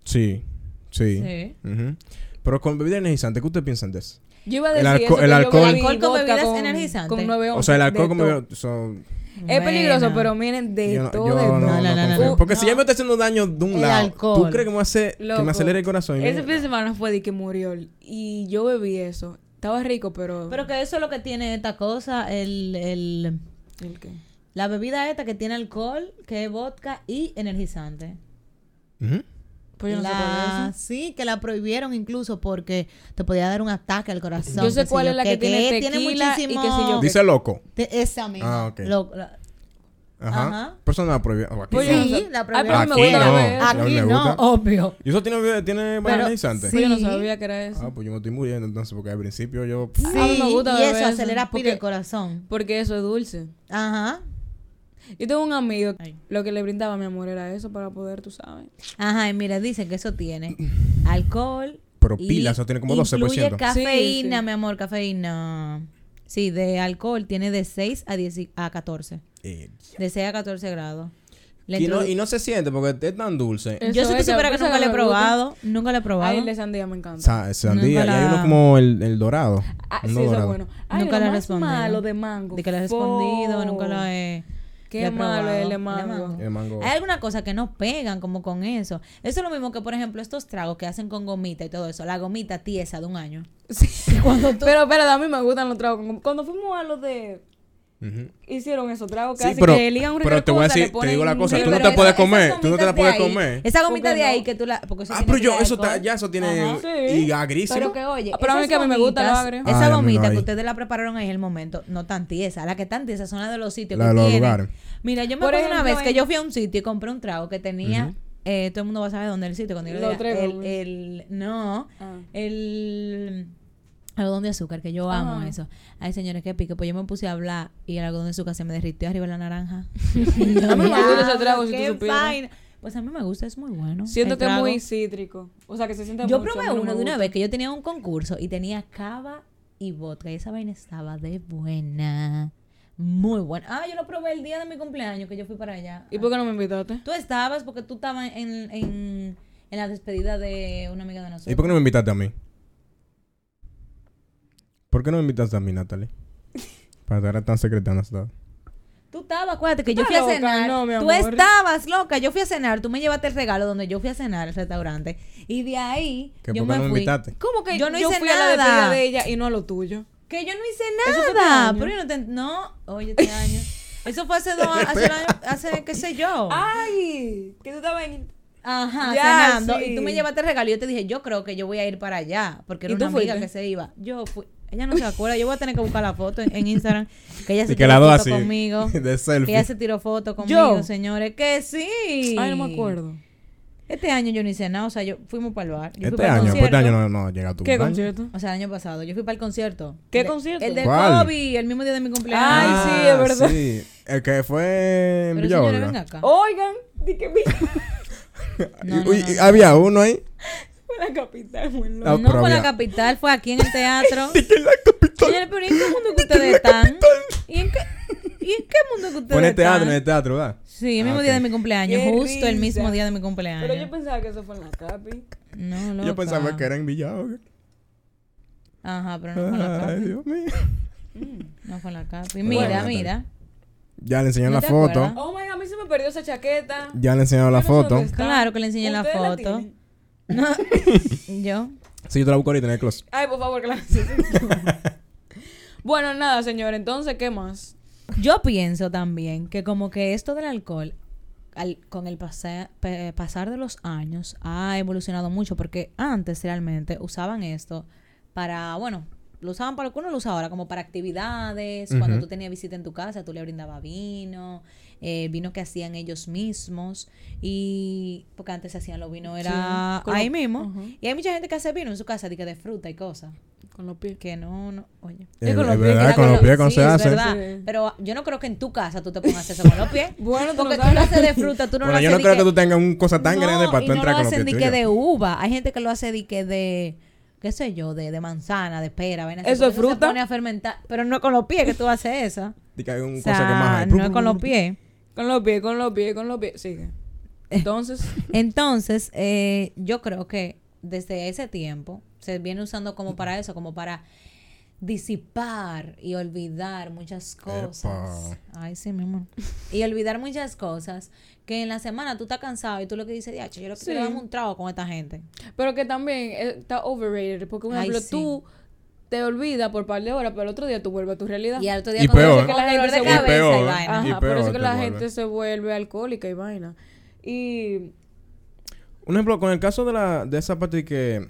[SPEAKER 3] Sí, sí.
[SPEAKER 1] Sí.
[SPEAKER 3] Ujú. Pero con bebida energizante, ¿qué ustedes piensan de eso?
[SPEAKER 2] Yo iba a
[SPEAKER 3] El
[SPEAKER 2] decir
[SPEAKER 3] alcohol-
[SPEAKER 2] eso,
[SPEAKER 3] el
[SPEAKER 2] pero
[SPEAKER 3] alcohol-
[SPEAKER 2] yo bebí
[SPEAKER 1] Alcohol con
[SPEAKER 2] vodka
[SPEAKER 1] bebidas
[SPEAKER 2] con-
[SPEAKER 1] energizantes.
[SPEAKER 2] Con 9
[SPEAKER 3] O sea, el alcohol como...
[SPEAKER 2] Es
[SPEAKER 3] yo- son-
[SPEAKER 2] peligroso,
[SPEAKER 1] Bueno.
[SPEAKER 2] pero miren, de
[SPEAKER 3] yo no-
[SPEAKER 2] todo.
[SPEAKER 3] yo
[SPEAKER 2] de
[SPEAKER 3] no-
[SPEAKER 2] todo.
[SPEAKER 1] No,
[SPEAKER 3] no
[SPEAKER 1] no, no,
[SPEAKER 3] confío.
[SPEAKER 1] no.
[SPEAKER 3] Porque si
[SPEAKER 1] No.
[SPEAKER 3] ya me está haciendo daño de un
[SPEAKER 1] El
[SPEAKER 3] lado, ¿tú
[SPEAKER 1] alcohol.
[SPEAKER 3] crees que me, va a hacer, que me
[SPEAKER 2] Loco.
[SPEAKER 3] acelere el corazón? eh. Y
[SPEAKER 2] Ese
[SPEAKER 3] mierda.
[SPEAKER 2] fin de semana fue de que murió. Y yo bebí eso. Estaba rico, pero.
[SPEAKER 1] Pero que eso es lo que tiene esta cosa, el, el,
[SPEAKER 2] ¿El qué?
[SPEAKER 1] la bebida esta que tiene alcohol, que es vodka y energizante.
[SPEAKER 3] Ujú.
[SPEAKER 2] Pues yo no sé cuál es
[SPEAKER 1] La-
[SPEAKER 2] esa.
[SPEAKER 1] sí, que la prohibieron incluso porque te podía dar un ataque al corazón.
[SPEAKER 2] Yo sé
[SPEAKER 1] qué
[SPEAKER 2] cuál es
[SPEAKER 1] yo
[SPEAKER 2] la que
[SPEAKER 1] qué,
[SPEAKER 2] tiene tequila y qué sé yo.
[SPEAKER 3] Dice loco.
[SPEAKER 1] Te- esa misma.
[SPEAKER 3] Ah, ok.
[SPEAKER 1] Lo- la-
[SPEAKER 3] Ajá.
[SPEAKER 1] Ajá.
[SPEAKER 3] Persona prohibida. Oh, aquí
[SPEAKER 2] Pues
[SPEAKER 3] no.
[SPEAKER 2] yo no
[SPEAKER 1] Sí,
[SPEAKER 2] sé.
[SPEAKER 1] la
[SPEAKER 2] Ay,
[SPEAKER 1] probé.
[SPEAKER 2] pero a mí me
[SPEAKER 3] Aquí
[SPEAKER 2] gusta
[SPEAKER 3] no.
[SPEAKER 2] beber.
[SPEAKER 3] Ah,
[SPEAKER 1] aquí
[SPEAKER 3] me
[SPEAKER 1] no,
[SPEAKER 3] gusta.
[SPEAKER 1] obio.
[SPEAKER 3] ¿Y eso tiene, tiene
[SPEAKER 1] Pero-
[SPEAKER 3] energizante?
[SPEAKER 2] Pues yo no
[SPEAKER 1] Sí.
[SPEAKER 2] sabía que era
[SPEAKER 3] Ah,
[SPEAKER 2] eso.
[SPEAKER 3] pues yo me estoy muriendo entonces, porque al principio yo...
[SPEAKER 1] Sí,
[SPEAKER 2] A mí me gusta
[SPEAKER 1] y
[SPEAKER 2] beber
[SPEAKER 1] eso
[SPEAKER 2] eso,
[SPEAKER 1] acelera pila
[SPEAKER 2] porque-
[SPEAKER 1] el corazón.
[SPEAKER 2] Porque eso es dulce.
[SPEAKER 1] Ajá.
[SPEAKER 2] Yo tengo un amigo,
[SPEAKER 1] Ay.
[SPEAKER 2] lo que le brindaba a mi amor era eso para poder, tú sabes.
[SPEAKER 1] Ajá, y mira, dicen que eso tiene alcohol.
[SPEAKER 3] Pero
[SPEAKER 1] y
[SPEAKER 3] pila, eso tiene como 12%.
[SPEAKER 1] Incluye cafeína,
[SPEAKER 2] Sí, sí.
[SPEAKER 1] mi amor, cafeína. Sí, de alcohol tiene de 6 a, 10 a 14.
[SPEAKER 3] Eh,
[SPEAKER 1] De 6 a 14 grados. Le
[SPEAKER 3] y, no,
[SPEAKER 1] introdu-
[SPEAKER 3] y no se siente porque es tan dulce.
[SPEAKER 2] Eh,
[SPEAKER 1] Yo
[SPEAKER 2] Eso
[SPEAKER 1] si tú
[SPEAKER 2] es,
[SPEAKER 1] supieras
[SPEAKER 2] a
[SPEAKER 1] que
[SPEAKER 2] veces
[SPEAKER 1] nunca le he
[SPEAKER 2] no me gusta.
[SPEAKER 1] probado, nunca le he probado.
[SPEAKER 2] Ay, el de sandía me encanta.
[SPEAKER 3] Sa- eh, sandía.
[SPEAKER 1] nunca
[SPEAKER 3] Y hay
[SPEAKER 1] la-
[SPEAKER 3] uno como el, el dorado.
[SPEAKER 2] Ah, sí,
[SPEAKER 3] uno
[SPEAKER 2] eso es
[SPEAKER 3] dorado.
[SPEAKER 2] bueno. Ay,
[SPEAKER 1] Nunca
[SPEAKER 2] lo
[SPEAKER 1] le he
[SPEAKER 2] más
[SPEAKER 1] respondido.
[SPEAKER 2] malo de mango.
[SPEAKER 1] De que le he respondido,
[SPEAKER 2] Fo.
[SPEAKER 1] nunca lo he.
[SPEAKER 2] Qué
[SPEAKER 1] le he
[SPEAKER 2] malo
[SPEAKER 1] probado.
[SPEAKER 2] el de
[SPEAKER 1] El
[SPEAKER 2] mango.
[SPEAKER 1] mango.
[SPEAKER 3] El mango.
[SPEAKER 1] Hay algunas cosas que no pegan como con eso. Eso es lo mismo que, por ejemplo, estos tragos que hacen con gomita y todo eso. La gomita tiesa de un año.
[SPEAKER 2] (laughs) Sí. (laughs) Cuando tú- Pero, pero a mí me gustan los tragos. con- Cuando fuimos a los de...
[SPEAKER 3] Ujú.
[SPEAKER 2] Hicieron esos tragos que
[SPEAKER 3] Sí,
[SPEAKER 2] hacen
[SPEAKER 3] pero,
[SPEAKER 2] que ligan un
[SPEAKER 3] pero te voy a decir, te digo la cosa, tú no
[SPEAKER 1] pero
[SPEAKER 3] te puedes
[SPEAKER 1] esa- esas
[SPEAKER 3] comer, tú no te la
[SPEAKER 1] gomitas
[SPEAKER 3] puedes
[SPEAKER 1] de ahí,
[SPEAKER 3] comer.
[SPEAKER 1] Esa gomita
[SPEAKER 2] ¿Por qué
[SPEAKER 1] de ahí
[SPEAKER 2] no?
[SPEAKER 1] que tú la... Porque eso
[SPEAKER 3] Ah,
[SPEAKER 1] tiene
[SPEAKER 3] pero
[SPEAKER 1] que
[SPEAKER 3] yo,
[SPEAKER 1] tener
[SPEAKER 3] eso está,
[SPEAKER 1] alcohol.
[SPEAKER 3] ya eso tiene
[SPEAKER 1] Ajá.
[SPEAKER 2] Sí.
[SPEAKER 3] y agrísimo.
[SPEAKER 1] Pero que oye,
[SPEAKER 2] Pero a mí
[SPEAKER 1] esas
[SPEAKER 2] que a mí me gusta
[SPEAKER 1] gomitas-
[SPEAKER 2] lo agrio.
[SPEAKER 1] Esa
[SPEAKER 3] Ay,
[SPEAKER 1] gomita
[SPEAKER 3] no,
[SPEAKER 1] que
[SPEAKER 3] ahí.
[SPEAKER 1] ustedes la prepararon ahí en el momento, no tan tiesa. La que tan tiesa son las de los sitios
[SPEAKER 3] La
[SPEAKER 1] que
[SPEAKER 3] de los
[SPEAKER 1] tienen.
[SPEAKER 3] lugares.
[SPEAKER 1] Mira, yo me
[SPEAKER 2] Por
[SPEAKER 1] acuerdo una
[SPEAKER 2] ejemplo,
[SPEAKER 1] vez que
[SPEAKER 2] en-
[SPEAKER 1] yo fui a un sitio y compré un trago que tenía.
[SPEAKER 3] Ujú.
[SPEAKER 1] eh, todo el mundo va a saber dónde es el sitio. Cuando yo le
[SPEAKER 2] Los
[SPEAKER 1] diga,
[SPEAKER 2] tres
[SPEAKER 1] el,
[SPEAKER 2] gomis.
[SPEAKER 1] el- No.
[SPEAKER 2] Ah.
[SPEAKER 1] El. Algodón de azúcar, que yo amo
[SPEAKER 2] Ajá.
[SPEAKER 1] eso. Ay, señores, qué pique. Pues yo me puse a hablar y el algodón de azúcar se me derritió arriba de la naranja.
[SPEAKER 2] (laughs) A mí me gusta ese trago, si tú
[SPEAKER 1] Qué
[SPEAKER 2] supieras.
[SPEAKER 1] vaina. Pues a mí me gusta, es muy bueno.
[SPEAKER 2] Siento
[SPEAKER 1] el
[SPEAKER 2] que es
[SPEAKER 1] trago.
[SPEAKER 2] muy cítrico. O sea, que se siente
[SPEAKER 1] Yo
[SPEAKER 2] mucho,
[SPEAKER 1] probé
[SPEAKER 2] a mí no
[SPEAKER 1] uno
[SPEAKER 2] me
[SPEAKER 1] de una
[SPEAKER 2] gusta.
[SPEAKER 1] vez que yo tenía un concurso y tenía cava y vodka. Y esa vaina estaba de buena. Muy buena. Ah, yo lo probé el día de mi cumpleaños que yo fui para allá.
[SPEAKER 2] ¿Y por qué no me invitaste?
[SPEAKER 1] Tú estabas porque tú estabas en, en, en la despedida de una amiga de nosotros.
[SPEAKER 3] ¿Y por qué no me invitaste a mí? ¿Por qué no me invitaste a
[SPEAKER 1] (laughs)
[SPEAKER 3] mí, Natalie? Para estar tan secretana hasta.
[SPEAKER 1] Tú estabas, acuérdate que yo
[SPEAKER 2] Está
[SPEAKER 1] fui a
[SPEAKER 2] loca,
[SPEAKER 1] cenar.
[SPEAKER 2] no, mi
[SPEAKER 1] tú
[SPEAKER 2] amor.
[SPEAKER 1] estabas loca, yo fui a cenar, tú me llevaste el regalo donde yo fui a cenar al restaurante. Y de ahí
[SPEAKER 3] ¿Que
[SPEAKER 1] yo me
[SPEAKER 3] por qué no me
[SPEAKER 1] fui.
[SPEAKER 3] invitaste?
[SPEAKER 1] ¿Cómo que yo no hice
[SPEAKER 2] fui a la despedida
[SPEAKER 1] nada?
[SPEAKER 2] de ella y no a lo tuyo.
[SPEAKER 1] Que yo no hice
[SPEAKER 2] Eso fue este
[SPEAKER 1] nada.
[SPEAKER 2] año.
[SPEAKER 1] Pero yo no te. No, oye, este año. Eso fue
[SPEAKER 2] (laughs)
[SPEAKER 1] hace dos hace, un año- hace qué sé yo.
[SPEAKER 2] ¡Ay! Que tú estabas en...
[SPEAKER 1] Ajá,
[SPEAKER 2] Ah, ya,
[SPEAKER 1] cenando.
[SPEAKER 2] sí.
[SPEAKER 1] Y tú me llevaste el regalo y yo te dije, yo creo que yo voy a ir para allá. Porque era
[SPEAKER 2] ¿Y
[SPEAKER 1] una
[SPEAKER 2] tú
[SPEAKER 1] amiga
[SPEAKER 2] fuiste?
[SPEAKER 1] que se iba. Yo fui. Ella no se acuerda. Yo voy a tener que buscar la foto en, en Instagram. Que
[SPEAKER 3] (laughs)
[SPEAKER 1] ella se
[SPEAKER 3] Y que
[SPEAKER 1] tiró
[SPEAKER 3] las
[SPEAKER 1] foto
[SPEAKER 3] dos así.
[SPEAKER 1] conmigo.
[SPEAKER 3] (laughs) De
[SPEAKER 1] Que ella
[SPEAKER 3] selfie.
[SPEAKER 1] se tiró foto conmigo,
[SPEAKER 2] ¿Yo?
[SPEAKER 1] señores. Que sí.
[SPEAKER 2] Ay, no me acuerdo.
[SPEAKER 1] Este año yo no hice nada. O sea, yo fuimos para el bar. Yo fui
[SPEAKER 3] Este
[SPEAKER 1] para el
[SPEAKER 3] año, pues, este
[SPEAKER 1] concierto.
[SPEAKER 3] año no, no llega tu
[SPEAKER 2] ¿Qué
[SPEAKER 3] cumpleaños.
[SPEAKER 2] concierto?
[SPEAKER 1] O sea, el año pasado. Yo fui para el concierto.
[SPEAKER 2] ¿Qué
[SPEAKER 1] El de-
[SPEAKER 2] concierto?
[SPEAKER 1] El de
[SPEAKER 3] ¿Cuál?
[SPEAKER 1] Kobe, el mismo día de mi cumpleaños. Ah,
[SPEAKER 2] Ay, sí, es verdad.
[SPEAKER 3] Ah, Sí, el que fue en
[SPEAKER 1] Pero
[SPEAKER 3] Villa
[SPEAKER 1] señora,
[SPEAKER 3] Olga.
[SPEAKER 1] ven acá.
[SPEAKER 2] Oigan, di que (laughs) vi
[SPEAKER 3] (laughs)
[SPEAKER 1] No, no,
[SPEAKER 3] Uy,
[SPEAKER 1] no.
[SPEAKER 3] Había uno ahí.
[SPEAKER 2] la capital, muy loco.
[SPEAKER 3] Ah,
[SPEAKER 1] no
[SPEAKER 3] pero
[SPEAKER 1] fue la
[SPEAKER 3] había-
[SPEAKER 1] capital, fue aquí (laughs) en el
[SPEAKER 3] (laughs)
[SPEAKER 1] teatro.
[SPEAKER 3] Dije, la capital.
[SPEAKER 1] Señores, pero ¿y en qué mundo que ustedes están? ¿Y en qué, y en qué mundo que ustedes
[SPEAKER 3] Fue en el teatro, en
[SPEAKER 1] están?
[SPEAKER 3] el teatro, ¿verdad?
[SPEAKER 1] Sí, el mismo
[SPEAKER 3] Ah,
[SPEAKER 1] día
[SPEAKER 3] ok.
[SPEAKER 1] de mi cumpleaños,
[SPEAKER 2] Qué
[SPEAKER 1] justo el
[SPEAKER 2] risa.
[SPEAKER 1] mismo día de mi cumpleaños.
[SPEAKER 2] Pero yo pensaba que eso fue en la capi.
[SPEAKER 1] no, loca.
[SPEAKER 3] Yo pensaba que era en Villa Olga.
[SPEAKER 1] Ajá, pero Ah, no fue en la
[SPEAKER 3] Ay,
[SPEAKER 1] capi.
[SPEAKER 3] Dios mío.
[SPEAKER 1] No fue en la capi.
[SPEAKER 3] Bueno,
[SPEAKER 1] Mira,
[SPEAKER 3] Natalia.
[SPEAKER 1] mira.
[SPEAKER 3] Ya le enseñaron
[SPEAKER 1] ¿No
[SPEAKER 3] la
[SPEAKER 1] te
[SPEAKER 3] foto.
[SPEAKER 1] acuerdas?
[SPEAKER 2] Oh my god, a mí se me perdió esa chaqueta.
[SPEAKER 3] Ya le enseñaron la
[SPEAKER 2] Yo no sé dónde
[SPEAKER 3] foto.
[SPEAKER 2] está.
[SPEAKER 1] Claro que le enseñé la
[SPEAKER 2] ¿Ustedes
[SPEAKER 1] foto.
[SPEAKER 2] tienen?
[SPEAKER 1] (laughs) No. yo.
[SPEAKER 3] Sí, yo te la busco ahorita en el closet.
[SPEAKER 2] Ay, por favor, que la Bueno, nada, señor. Entonces, ¿qué más?
[SPEAKER 1] Yo pienso también que como que esto del alcohol, al- con el pase- pe- pasar de los años, ha evolucionado mucho porque antes realmente usaban esto para, bueno, lo usaban para lo que uno lo usa ahora, como para actividades, cuando
[SPEAKER 3] Ujú.
[SPEAKER 1] tú tenías visita en tu casa, tú le brindabas vino, eh, vino que hacían ellos mismos, y porque antes se hacían los vinos, era
[SPEAKER 2] Sí, con
[SPEAKER 1] ahí
[SPEAKER 2] lo-
[SPEAKER 1] mismo,
[SPEAKER 2] Ajá.
[SPEAKER 1] y hay mucha gente que hace vino en su casa, de, que de fruta y cosas,
[SPEAKER 2] Con los pies.
[SPEAKER 1] que no, no, oye.
[SPEAKER 2] Es
[SPEAKER 3] Es
[SPEAKER 2] con los pies,
[SPEAKER 3] verdad,
[SPEAKER 2] era
[SPEAKER 3] con los pies que no
[SPEAKER 1] Sí,
[SPEAKER 3] se
[SPEAKER 1] es
[SPEAKER 3] hace.
[SPEAKER 1] verdad,
[SPEAKER 2] Sí.
[SPEAKER 1] Pero yo no creo que en tu casa tú te pongas eso con los pies.
[SPEAKER 2] (laughs) Bueno, tú
[SPEAKER 1] porque
[SPEAKER 2] no
[SPEAKER 1] tú lo
[SPEAKER 2] sabes.
[SPEAKER 1] haces de fruta, tú no
[SPEAKER 3] Bueno,
[SPEAKER 1] lo
[SPEAKER 3] yo
[SPEAKER 1] haces
[SPEAKER 3] no
[SPEAKER 1] de
[SPEAKER 3] creo
[SPEAKER 1] que-
[SPEAKER 3] que tú tengas un cosa tan
[SPEAKER 1] No,
[SPEAKER 3] grande para
[SPEAKER 1] y
[SPEAKER 3] tú
[SPEAKER 1] no
[SPEAKER 3] entrar
[SPEAKER 1] lo
[SPEAKER 3] con los
[SPEAKER 1] hacen
[SPEAKER 3] pies.
[SPEAKER 1] de que
[SPEAKER 3] tuyos.
[SPEAKER 1] de uva. Hay gente que lo hace de que de qué sé yo, de, de manzana, de pera, vaina así,
[SPEAKER 2] ¿Eso es
[SPEAKER 1] porque se
[SPEAKER 2] fruta?
[SPEAKER 1] pone a fermentar, pero no con los pies que tú haces eso.
[SPEAKER 3] De que hay un
[SPEAKER 1] O
[SPEAKER 3] Mm, cosa que más
[SPEAKER 1] sea,
[SPEAKER 3] hay.
[SPEAKER 1] no es con los pies.
[SPEAKER 2] Con los pies, con los pies, con los pies. Sigue. Entonces,
[SPEAKER 1] Entonces, eh, yo creo que desde ese tiempo se se viene usando como para eso, como para disipar y olvidar muchas cosas.
[SPEAKER 3] Epa.
[SPEAKER 1] Ay, sí, mi amor. Y olvidar muchas cosas que en la semana tú estás cansado y tú lo que dices, diacho, yo lo que quiero es
[SPEAKER 2] Sí.
[SPEAKER 1] darme un trago con esta gente.
[SPEAKER 2] Pero que también eh, está overrated. Porque, por
[SPEAKER 1] Ay,
[SPEAKER 2] ejemplo,
[SPEAKER 1] sí.
[SPEAKER 2] tú te olvidas por par de horas, pero el otro día tú vuelves a tu realidad.
[SPEAKER 1] Y al otro día
[SPEAKER 3] Y
[SPEAKER 1] con
[SPEAKER 3] peor.
[SPEAKER 1] con dolor de
[SPEAKER 2] Y
[SPEAKER 1] cabeza y
[SPEAKER 3] peor.
[SPEAKER 1] vaina.
[SPEAKER 2] Ajá,
[SPEAKER 3] Y
[SPEAKER 2] por
[SPEAKER 3] peor
[SPEAKER 2] eso que
[SPEAKER 3] te
[SPEAKER 2] la
[SPEAKER 3] vuelve.
[SPEAKER 2] gente se vuelve alcohólica y vaina. Y
[SPEAKER 3] Un ejemplo, con el caso de, la, de esa parte de que,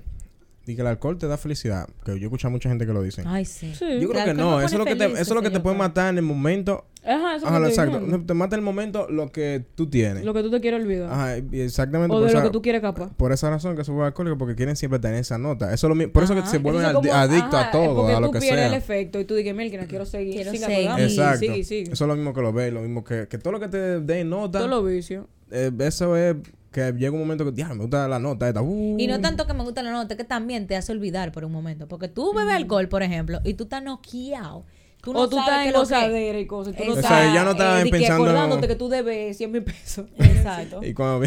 [SPEAKER 3] de que el alcohol te da felicidad, que yo he escuchado a mucha gente que lo dice.
[SPEAKER 1] Ay, sí.
[SPEAKER 2] sí.
[SPEAKER 3] Yo creo
[SPEAKER 1] El
[SPEAKER 3] que
[SPEAKER 1] alcohol
[SPEAKER 3] no,
[SPEAKER 1] me
[SPEAKER 3] eso es lo
[SPEAKER 1] pone
[SPEAKER 3] que, te,
[SPEAKER 1] feliz,
[SPEAKER 3] eso es lo que te
[SPEAKER 1] señor.
[SPEAKER 3] puede matar en el momento.
[SPEAKER 2] Ajá, Ah, eso
[SPEAKER 3] Ajá,
[SPEAKER 2] que estoy
[SPEAKER 3] exacto.
[SPEAKER 2] diciendo.
[SPEAKER 3] Te mata en el momento lo que tú tienes.
[SPEAKER 2] Lo que tú te quieres olvidar.
[SPEAKER 3] Ajá, pues, y- exactamente.
[SPEAKER 2] o
[SPEAKER 3] por
[SPEAKER 2] de lo
[SPEAKER 3] esa-
[SPEAKER 2] que tú quieres capaz.
[SPEAKER 3] Por esa razón que se vuelven alcohólicos, porque quieren siempre tener esa nota. Eso es lo mismo. Por eso que
[SPEAKER 1] Ajá.
[SPEAKER 3] se vuelven
[SPEAKER 2] Entonces,
[SPEAKER 3] adi-
[SPEAKER 2] como,
[SPEAKER 3] adictos
[SPEAKER 2] ajá,
[SPEAKER 3] a todo,
[SPEAKER 2] porque
[SPEAKER 3] a lo
[SPEAKER 2] tú
[SPEAKER 3] que
[SPEAKER 2] pierdes el
[SPEAKER 3] sea.
[SPEAKER 2] efecto y tú dices, Melkin, quiero seguir.
[SPEAKER 1] Quiero
[SPEAKER 2] sigue
[SPEAKER 1] seguir.
[SPEAKER 2] acordando,
[SPEAKER 3] Exacto.
[SPEAKER 2] Sigue, sigue.
[SPEAKER 3] Eso es lo mismo que los ve, lo mismo que, que todo lo que te den nota,
[SPEAKER 2] Todo lo vicio.
[SPEAKER 3] eh, eso es que llega un momento que, diablo, me gusta la nota esta. uh".
[SPEAKER 1] Y no tanto que me gusta la nota, que también te hace olvidar por un momento. Porque tú bebes alcohol, por ejemplo, y tú estás noqueado. Tú no
[SPEAKER 2] o tú
[SPEAKER 1] sabes
[SPEAKER 2] estás
[SPEAKER 1] qué
[SPEAKER 2] en
[SPEAKER 1] es lo que es.
[SPEAKER 2] gozadera y cosas. Tú no
[SPEAKER 1] Exacto.
[SPEAKER 2] estás,
[SPEAKER 1] O sea,
[SPEAKER 3] ya no estás
[SPEAKER 2] de eh, que
[SPEAKER 3] pensando-
[SPEAKER 2] acordándote que tú debes 100 mil pesos. (laughs)
[SPEAKER 1] Exacto.
[SPEAKER 3] (laughs) Y cuando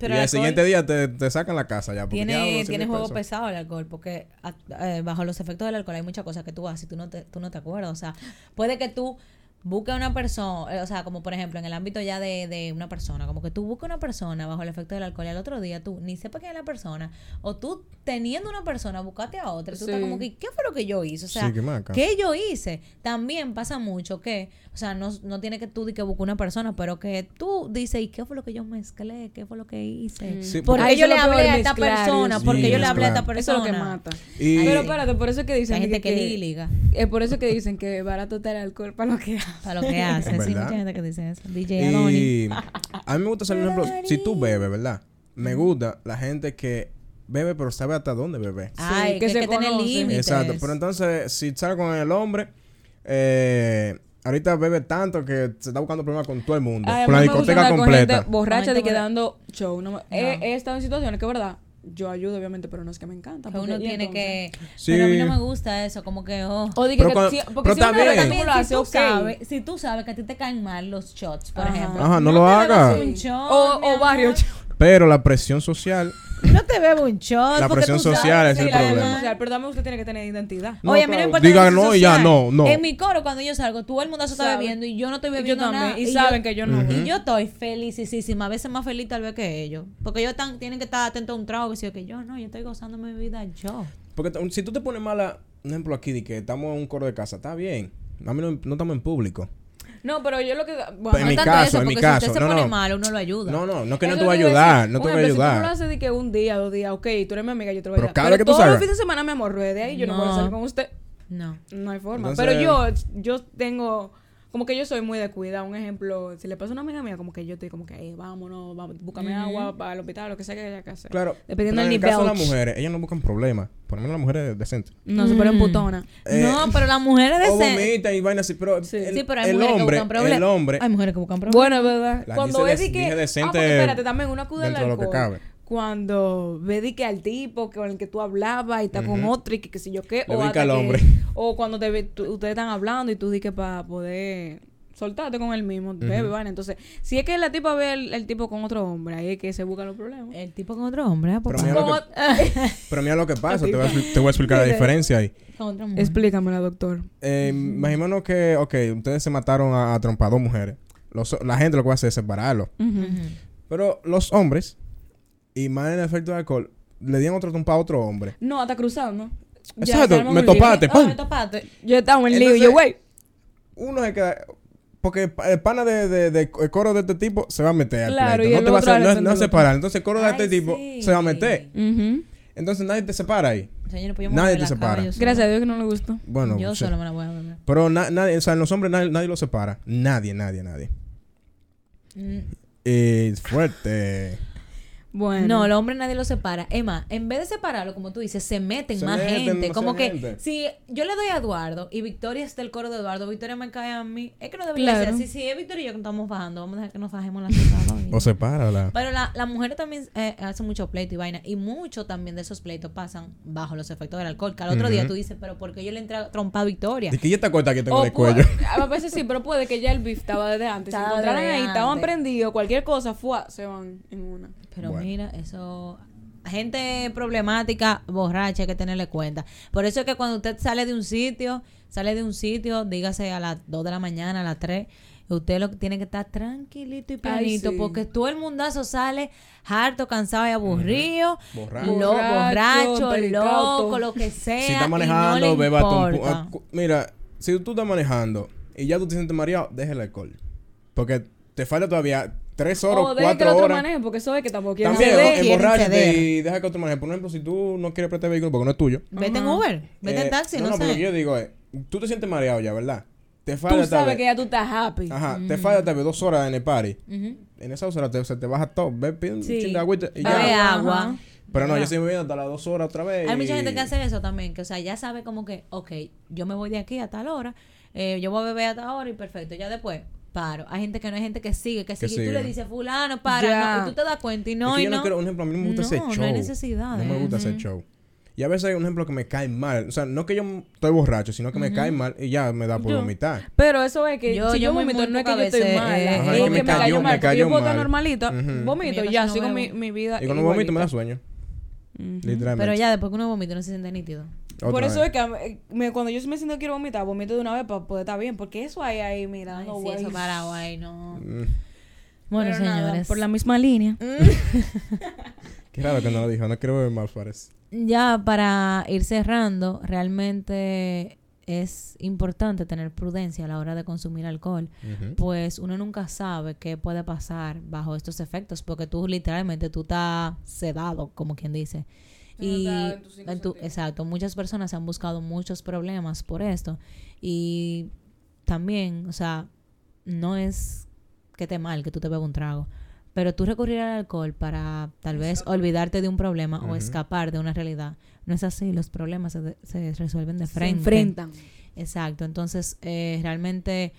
[SPEAKER 1] Pero
[SPEAKER 3] y
[SPEAKER 1] el alcohol-
[SPEAKER 3] al siguiente día te, te sacan la casa ya. porque ya hablo
[SPEAKER 1] Tiene,
[SPEAKER 3] de
[SPEAKER 1] tiene
[SPEAKER 3] mil
[SPEAKER 1] juego
[SPEAKER 3] pesos.
[SPEAKER 1] pesado el alcohol, porque a- eh, bajo los efectos del alcohol hay muchas cosas que tú haces y tú no te, tú no te acuerdas. O sea, puede que tú busques a una persona, eh, o sea, como por ejemplo en el ámbito ya de, de una persona, como que tú busques una persona bajo el efecto del alcohol y al otro día tú ni sepas quién es la persona, o tú teniendo una persona, buscaste a otra, y tú estás
[SPEAKER 2] Sí.
[SPEAKER 1] como que, ¿qué fue lo que yo hice? O sea,
[SPEAKER 3] Sí, qué maca.
[SPEAKER 1] ¿qué yo hice? También pasa mucho que, o sea, no, no tiene que tú di que buscar una persona, pero que tú dices, ¿y qué fue lo que yo mezclé? ¿Qué fue lo que hice?
[SPEAKER 2] Mm.
[SPEAKER 3] Sí,
[SPEAKER 1] porque
[SPEAKER 2] Ay,
[SPEAKER 1] yo
[SPEAKER 2] eso
[SPEAKER 1] le
[SPEAKER 2] es lo
[SPEAKER 1] hablé
[SPEAKER 2] peor,
[SPEAKER 1] a esta
[SPEAKER 2] mezclar,
[SPEAKER 1] persona,
[SPEAKER 2] sí.
[SPEAKER 1] porque yo le
[SPEAKER 3] Mezclar.
[SPEAKER 1] hablé a esta persona.
[SPEAKER 2] Eso es lo que mata.
[SPEAKER 3] Y-
[SPEAKER 2] Pero espérate, por eso es que dicen
[SPEAKER 1] Hay gente que,
[SPEAKER 2] que-
[SPEAKER 1] diliga
[SPEAKER 2] Es por eso que dicen que barato está el alcohol para lo que hace.
[SPEAKER 1] para lo
[SPEAKER 2] (laughs)
[SPEAKER 1] que hace.
[SPEAKER 3] ¿En
[SPEAKER 1] sí,
[SPEAKER 3] verdad?
[SPEAKER 1] mucha gente que dice eso. DJ Adonis.
[SPEAKER 3] Y a mí me gusta salir, un ejemplo, si tú bebes, ¿verdad? Me gusta la gente que bebe, pero sabe hasta dónde beber.
[SPEAKER 1] Ay,
[SPEAKER 2] que
[SPEAKER 1] que, hay
[SPEAKER 2] se
[SPEAKER 1] que tener
[SPEAKER 2] conocen.
[SPEAKER 1] límites.
[SPEAKER 3] Exacto. Pero entonces, si sale con el hombre, eh, ahorita bebe tanto que se está buscando problemas con todo el mundo.
[SPEAKER 2] Ay, a
[SPEAKER 3] con
[SPEAKER 2] mí
[SPEAKER 3] la
[SPEAKER 2] me gusta
[SPEAKER 3] discoteca
[SPEAKER 2] andar con
[SPEAKER 3] completa.
[SPEAKER 2] gente borracha de
[SPEAKER 1] Momento
[SPEAKER 2] que
[SPEAKER 1] para-
[SPEAKER 2] dando show. no me- He, he estado en situaciones que, verdad, yo ayudo, obviamente, pero no es que me encanta.
[SPEAKER 1] Que
[SPEAKER 2] porque-
[SPEAKER 1] uno
[SPEAKER 2] y
[SPEAKER 1] tiene
[SPEAKER 2] entonces-
[SPEAKER 1] que.
[SPEAKER 3] Sí.
[SPEAKER 1] Pero a mí no me gusta eso, como que. Oh.
[SPEAKER 2] O dije
[SPEAKER 3] Pero
[SPEAKER 2] que
[SPEAKER 3] cuando-
[SPEAKER 2] si- porque
[SPEAKER 3] pero
[SPEAKER 2] si una
[SPEAKER 3] está bien.
[SPEAKER 2] persona
[SPEAKER 1] También,
[SPEAKER 2] lo
[SPEAKER 1] si,
[SPEAKER 2] hace,
[SPEAKER 1] tú
[SPEAKER 2] ok.
[SPEAKER 1] sabes, si tú sabes que a ti te caen mal los shots, por
[SPEAKER 2] Ajá.
[SPEAKER 1] ejemplo.
[SPEAKER 3] Ajá, no, lo
[SPEAKER 1] te bebas
[SPEAKER 3] hagas.
[SPEAKER 1] un shot,
[SPEAKER 2] O,
[SPEAKER 1] mi
[SPEAKER 2] o
[SPEAKER 1] amor.
[SPEAKER 2] varios.
[SPEAKER 3] Pero la presión social.
[SPEAKER 2] (laughs)
[SPEAKER 1] No te bebo un shot.
[SPEAKER 3] La
[SPEAKER 1] porque
[SPEAKER 3] presión
[SPEAKER 1] tú sabes
[SPEAKER 3] social
[SPEAKER 1] que
[SPEAKER 3] es el
[SPEAKER 1] la demás-
[SPEAKER 3] problema.
[SPEAKER 2] O sea, pero también usted tiene que tener identidad.
[SPEAKER 3] No,
[SPEAKER 1] Oye, a mí no
[SPEAKER 3] claro.
[SPEAKER 1] me importa.
[SPEAKER 3] Diga
[SPEAKER 1] la
[SPEAKER 3] no
[SPEAKER 1] presión
[SPEAKER 3] y ya
[SPEAKER 1] social.
[SPEAKER 3] no, no.
[SPEAKER 1] En mi coro, cuando yo salgo, todo el mundo se está
[SPEAKER 2] Sabe.
[SPEAKER 1] bebiendo y yo no estoy
[SPEAKER 2] Y yo
[SPEAKER 1] bebiendo
[SPEAKER 2] también,
[SPEAKER 1] nada.
[SPEAKER 2] y
[SPEAKER 1] yo-
[SPEAKER 2] saben que yo no
[SPEAKER 1] Y
[SPEAKER 2] voy.
[SPEAKER 1] yo estoy felicísima. A veces más feliz tal vez que ellos. Porque ellos están, tienen que estar atentos a un trago. Que si yo que yo no, yo estoy gozando mi vida yo.
[SPEAKER 3] Porque t- si tú te pones mala, un ejemplo aquí, de que estamos en un coro de casa, está bien. A mí no, no estamos en público.
[SPEAKER 2] No, pero yo lo que. bueno,
[SPEAKER 3] Pero en mi
[SPEAKER 1] tanto
[SPEAKER 3] caso,
[SPEAKER 1] eso,
[SPEAKER 3] en mi
[SPEAKER 1] porque
[SPEAKER 3] caso,
[SPEAKER 1] Si usted
[SPEAKER 3] no,
[SPEAKER 1] se pone
[SPEAKER 3] no.
[SPEAKER 1] mal, uno lo ayuda.
[SPEAKER 3] No, no, no es que no
[SPEAKER 2] Eso
[SPEAKER 3] te voy a
[SPEAKER 2] te iba
[SPEAKER 3] ayudar.
[SPEAKER 2] decir.
[SPEAKER 3] No te voy
[SPEAKER 2] Un
[SPEAKER 3] a
[SPEAKER 2] ejemplo, Si tú no lo
[SPEAKER 3] ayudar.
[SPEAKER 2] haces de que un día, dos días, ok, tú eres mi amiga, yo te lo voy a
[SPEAKER 3] Pero
[SPEAKER 2] ayudar.
[SPEAKER 3] cada
[SPEAKER 2] Pero
[SPEAKER 3] vez que tú
[SPEAKER 2] todos los
[SPEAKER 3] salgas.
[SPEAKER 2] fines de semana me amorrué de ahí, yo no, voy a
[SPEAKER 1] No.
[SPEAKER 2] salir con usted.
[SPEAKER 1] No.
[SPEAKER 2] No hay forma.
[SPEAKER 3] Entonces-
[SPEAKER 2] Pero yo, yo tengo, como que yo soy muy de cuidado. Un ejemplo, si le pasa a una amiga mía, como que yo estoy como que, eh, vámonos, vamos, búscame agua para el hospital, lo que sea que haya que hacer.
[SPEAKER 3] Claro. pero
[SPEAKER 2] Dependiendo del
[SPEAKER 3] en el caso de las
[SPEAKER 2] nivel.
[SPEAKER 3] mujeres, ellas no buscan problemas. Por lo menos las mujeres decentes.
[SPEAKER 2] No, se ponen putona.
[SPEAKER 3] Eh,
[SPEAKER 1] no, pero las mujeres
[SPEAKER 3] O
[SPEAKER 1] de
[SPEAKER 3] vomitan y vainas así, pero el,
[SPEAKER 1] Sí, pero hay
[SPEAKER 3] el
[SPEAKER 1] mujeres que
[SPEAKER 3] hombre,
[SPEAKER 1] buscan problemas.
[SPEAKER 3] el hombre,
[SPEAKER 1] Hay mujeres que buscan problemas.
[SPEAKER 2] Bueno, es verdad.
[SPEAKER 3] La
[SPEAKER 2] cuando
[SPEAKER 3] dice
[SPEAKER 2] ve
[SPEAKER 3] de-
[SPEAKER 2] di que.
[SPEAKER 3] dije
[SPEAKER 2] ah,
[SPEAKER 3] decente
[SPEAKER 2] porque espérate, también uno acude al
[SPEAKER 3] dentro de lo que
[SPEAKER 2] alcohol.
[SPEAKER 3] cabe.
[SPEAKER 2] Cuando ve di que al tipo con el que tú hablabas y está con otro y que qué sé yo qué.
[SPEAKER 3] Le
[SPEAKER 2] o,
[SPEAKER 3] brinca
[SPEAKER 2] hasta
[SPEAKER 3] al
[SPEAKER 2] que-
[SPEAKER 3] hombre.
[SPEAKER 2] o cuando te ve- tú- ustedes están hablando y tú di que para poder soltarte con el mismo bebe, vaina. Entonces, si es que la tipa ve el, el tipo con otro hombre, ahí es que se buscan los problemas.
[SPEAKER 1] el tipo con otro hombre, ¿eh? por
[SPEAKER 3] Pero mira
[SPEAKER 1] favor.
[SPEAKER 3] lo
[SPEAKER 2] Con
[SPEAKER 3] que-
[SPEAKER 2] ot-
[SPEAKER 3] pero mira lo que pasa, te voy a, expli- te voy a explicar la diferencia ahí.
[SPEAKER 1] (laughs) Con otra mujer.
[SPEAKER 2] Explícamela, doctor.
[SPEAKER 3] Eh, Imagímonos que, ok, ustedes se mataron a, a trompa dos mujeres. Los- la gente lo que va a hacer es separarlo.
[SPEAKER 1] Ujú.
[SPEAKER 3] Pero los hombres, y más en el efecto del alcohol, le dieron otro trompa a otro hombre.
[SPEAKER 2] No, hasta cruzado, ¿no? Ya,
[SPEAKER 3] Exacto,
[SPEAKER 2] se arma
[SPEAKER 3] me
[SPEAKER 2] un lío.
[SPEAKER 3] topaste.
[SPEAKER 1] Ah,
[SPEAKER 3] ¡pam!
[SPEAKER 1] me topaste.
[SPEAKER 2] Yo estaba en lío,
[SPEAKER 3] Entonces-
[SPEAKER 2] yo, güey.
[SPEAKER 3] Uno se queda... Porque el pa- el pana de, de- de- el coro de este tipo se va a meter al
[SPEAKER 2] Claro,
[SPEAKER 3] pleito.
[SPEAKER 2] y
[SPEAKER 3] No
[SPEAKER 2] el
[SPEAKER 3] te va a
[SPEAKER 2] otro
[SPEAKER 3] hacer- no-
[SPEAKER 2] al
[SPEAKER 3] no
[SPEAKER 2] otro.
[SPEAKER 3] separar. Entonces el coro de
[SPEAKER 1] Ay,
[SPEAKER 3] este tipo
[SPEAKER 1] sí.
[SPEAKER 3] se va a meter.
[SPEAKER 2] Ujú.
[SPEAKER 3] Entonces nadie te separa ahí.
[SPEAKER 1] Señores, pues yo me
[SPEAKER 3] Nadie
[SPEAKER 1] voy a
[SPEAKER 3] te
[SPEAKER 1] la cama,
[SPEAKER 3] separa.
[SPEAKER 1] yo sola.
[SPEAKER 2] Gracias a Dios que no le gustó.
[SPEAKER 3] Bueno,
[SPEAKER 1] Yo
[SPEAKER 3] sí.
[SPEAKER 1] solo me la voy a beber.
[SPEAKER 3] Pero na- nadie, o sea, en los hombres nadie, nadie los separa. Nadie, nadie, nadie.
[SPEAKER 1] Mm.
[SPEAKER 3] Es fuerte.
[SPEAKER 2] Bueno.
[SPEAKER 1] No, los hombres nadie los separa. Emma, en vez de separarlo, como tú dices, se meten
[SPEAKER 3] Se
[SPEAKER 1] más
[SPEAKER 3] meten
[SPEAKER 1] gente.
[SPEAKER 3] demasiada
[SPEAKER 1] Como que
[SPEAKER 3] gente.
[SPEAKER 1] si yo le doy a Eduardo y Victoria está el coro de Eduardo, Victoria me cae a mí, es que no debería
[SPEAKER 2] Claro.
[SPEAKER 1] ser así. Si es Victoria y yo que estamos bajando, vamos a dejar que nos bajemos la ciudad.
[SPEAKER 3] O sepárala.
[SPEAKER 1] Pero la- las mujeres también eh, hacen mucho pleito y vaina. Y mucho también de esos pleitos pasan bajo los efectos del alcohol. Que al otro día tú dices, pero ¿por qué yo le entré a trompar a Victoria?
[SPEAKER 3] Y que ya está corta que tengo
[SPEAKER 2] O
[SPEAKER 3] de
[SPEAKER 2] pu-
[SPEAKER 3] cuello.
[SPEAKER 2] A veces sí, pero puede que ya el beef estaba desde antes. Se
[SPEAKER 1] Estaba
[SPEAKER 2] encontraran
[SPEAKER 1] desde
[SPEAKER 2] ahí,
[SPEAKER 1] antes.
[SPEAKER 2] estaban prendidos, cualquier cosa, fue, se van en una.
[SPEAKER 1] Pero
[SPEAKER 3] Bueno.
[SPEAKER 1] mira, eso gente problemática, borracha, hay que tenerle cuenta. Por eso es que cuando usted sale de un sitio, sale de un sitio, dígase a las 2 de la mañana, a las 3, usted lo que tiene que estar tranquilito y pianito,
[SPEAKER 2] sí.
[SPEAKER 1] porque todo el mundazo sale harto, cansado y aburrido.
[SPEAKER 3] Borracho.
[SPEAKER 1] Lo-
[SPEAKER 2] Borracho,
[SPEAKER 1] borracho,
[SPEAKER 2] delicado.
[SPEAKER 1] loco, lo que sea.
[SPEAKER 3] (laughs)
[SPEAKER 1] y
[SPEAKER 3] Si
[SPEAKER 1] no
[SPEAKER 3] estás
[SPEAKER 1] le
[SPEAKER 3] manejando, beba tu pu-
[SPEAKER 1] importa.
[SPEAKER 3] ah, cu- Mira, si tú estás manejando y ya tú te sientes mareado, deja el alcohol. Porque te falta todavía tres horas,
[SPEAKER 2] O deje que el
[SPEAKER 3] cuatro
[SPEAKER 2] otro
[SPEAKER 3] horas.
[SPEAKER 2] maneje, porque eso es que tampoco quiere
[SPEAKER 3] También,
[SPEAKER 1] se ve,
[SPEAKER 3] o-
[SPEAKER 1] quieren
[SPEAKER 3] emborrachate
[SPEAKER 1] ceder.
[SPEAKER 3] y deja que otro maneje. Por ejemplo, si tú no quieres prestar vehículo porque no es tuyo.
[SPEAKER 1] Vete en Uber, vete
[SPEAKER 3] eh,
[SPEAKER 1] en taxi, no,
[SPEAKER 3] No, pero lo que
[SPEAKER 1] sé.
[SPEAKER 3] yo digo es, tú te sientes mareado ya, ¿verdad? Te falta
[SPEAKER 2] Tú
[SPEAKER 3] tal
[SPEAKER 2] sabes
[SPEAKER 3] vez-
[SPEAKER 2] que ya tú estás happy.
[SPEAKER 3] Ajá, te falta tal vez dos horas en el party.
[SPEAKER 1] Mm. Ujú.
[SPEAKER 3] En esa dos horas te, se te baja todo. Ve, pide un
[SPEAKER 2] Sí.
[SPEAKER 3] chingo de agüita y
[SPEAKER 1] Bebe
[SPEAKER 3] ya.
[SPEAKER 2] Ajá.
[SPEAKER 1] agua.
[SPEAKER 3] Pero no,
[SPEAKER 1] Ya.
[SPEAKER 3] yo sigo bebiendo hasta las dos horas otra vez.
[SPEAKER 1] Hay mucha gente
[SPEAKER 3] y-
[SPEAKER 1] que hace eso también, que o sea, ya sabe como que, ok, yo me voy de aquí a tal hora, eh, yo voy a beber a tal hora y perfecto, ya después paro. Hay gente que no, hay gente que sigue, que
[SPEAKER 3] Que
[SPEAKER 1] sigue, y tú
[SPEAKER 3] sigue.
[SPEAKER 1] le dices, fulano, para,
[SPEAKER 2] Ya.
[SPEAKER 1] no, y tú te das cuenta y
[SPEAKER 3] Es
[SPEAKER 1] no,
[SPEAKER 3] que
[SPEAKER 1] y
[SPEAKER 3] yo no,
[SPEAKER 1] no.
[SPEAKER 3] quiero, un ejemplo, a mí no me gusta
[SPEAKER 1] No,
[SPEAKER 3] ese
[SPEAKER 1] no hay
[SPEAKER 3] show.
[SPEAKER 1] necesidad,
[SPEAKER 3] No me
[SPEAKER 1] ¿eh?
[SPEAKER 3] gusta ese show. Y a veces hay un ejemplo que me cae mal. O sea, no que yo m- estoy borracho, sino que me cae mal y ya me da por
[SPEAKER 2] Yo.
[SPEAKER 3] vomitar.
[SPEAKER 2] Pero eso es que
[SPEAKER 1] Yo-
[SPEAKER 2] si yo,
[SPEAKER 1] yo muy,
[SPEAKER 2] vomito,
[SPEAKER 1] muy
[SPEAKER 2] no es que yo
[SPEAKER 1] pocas
[SPEAKER 2] estoy
[SPEAKER 1] veces,
[SPEAKER 2] mal,
[SPEAKER 1] eh,
[SPEAKER 2] es
[SPEAKER 1] Ajá,
[SPEAKER 2] que me cayó mal.
[SPEAKER 3] me
[SPEAKER 2] porque Yo
[SPEAKER 3] cayó
[SPEAKER 2] puedo estar
[SPEAKER 3] mal.
[SPEAKER 2] normalita,
[SPEAKER 3] Ujú.
[SPEAKER 2] vomito,
[SPEAKER 1] Yo
[SPEAKER 2] y
[SPEAKER 1] casi
[SPEAKER 2] ya,
[SPEAKER 1] no
[SPEAKER 2] sigo mi,
[SPEAKER 1] bebo.
[SPEAKER 2] mi vida.
[SPEAKER 3] Y cuando
[SPEAKER 2] igualita.
[SPEAKER 3] vomito me da sueño. Literalmente.
[SPEAKER 1] Pero ya después que uno vomita no se siente nítido.
[SPEAKER 3] Otra
[SPEAKER 2] Por eso
[SPEAKER 3] vez.
[SPEAKER 2] es que eh, me- cuando yo me siento que quiero vomitar, vomito de una vez para poder estar bien. Porque eso hay ahí, mira,
[SPEAKER 1] Ay,
[SPEAKER 2] dando
[SPEAKER 1] sí,
[SPEAKER 2] vueltas.
[SPEAKER 1] eso para guay, no.
[SPEAKER 3] Mm,
[SPEAKER 1] Bueno,
[SPEAKER 2] Pero nada,
[SPEAKER 1] señores.
[SPEAKER 2] por
[SPEAKER 1] (laughs)
[SPEAKER 2] la Mm. misma línea.
[SPEAKER 3] Qué raro que no lo dijo. No quiero beber más, Fares.
[SPEAKER 1] Ya para ir cerrando, realmente es importante tener prudencia a la hora de consumir alcohol,
[SPEAKER 3] Ujú.
[SPEAKER 1] pues uno nunca sabe qué puede pasar bajo estos efectos, porque tú literalmente tú estás sedado, como quien dice.
[SPEAKER 2] Tú no
[SPEAKER 1] Y
[SPEAKER 2] estás en tus cinco
[SPEAKER 1] en tu-
[SPEAKER 2] sentidos.
[SPEAKER 1] exacto, muchas personas han buscado muchos problemas por esto y también, o sea, no es que te mal que tú te bebas un trago, pero tú recurrir al alcohol para tal vez olvidarte de un problema
[SPEAKER 3] Ujú.
[SPEAKER 1] o escapar de una realidad, no es así, los problemas se, de- se resuelven de frente.
[SPEAKER 2] Se enfrentan.
[SPEAKER 1] Exacto, entonces eh, realmente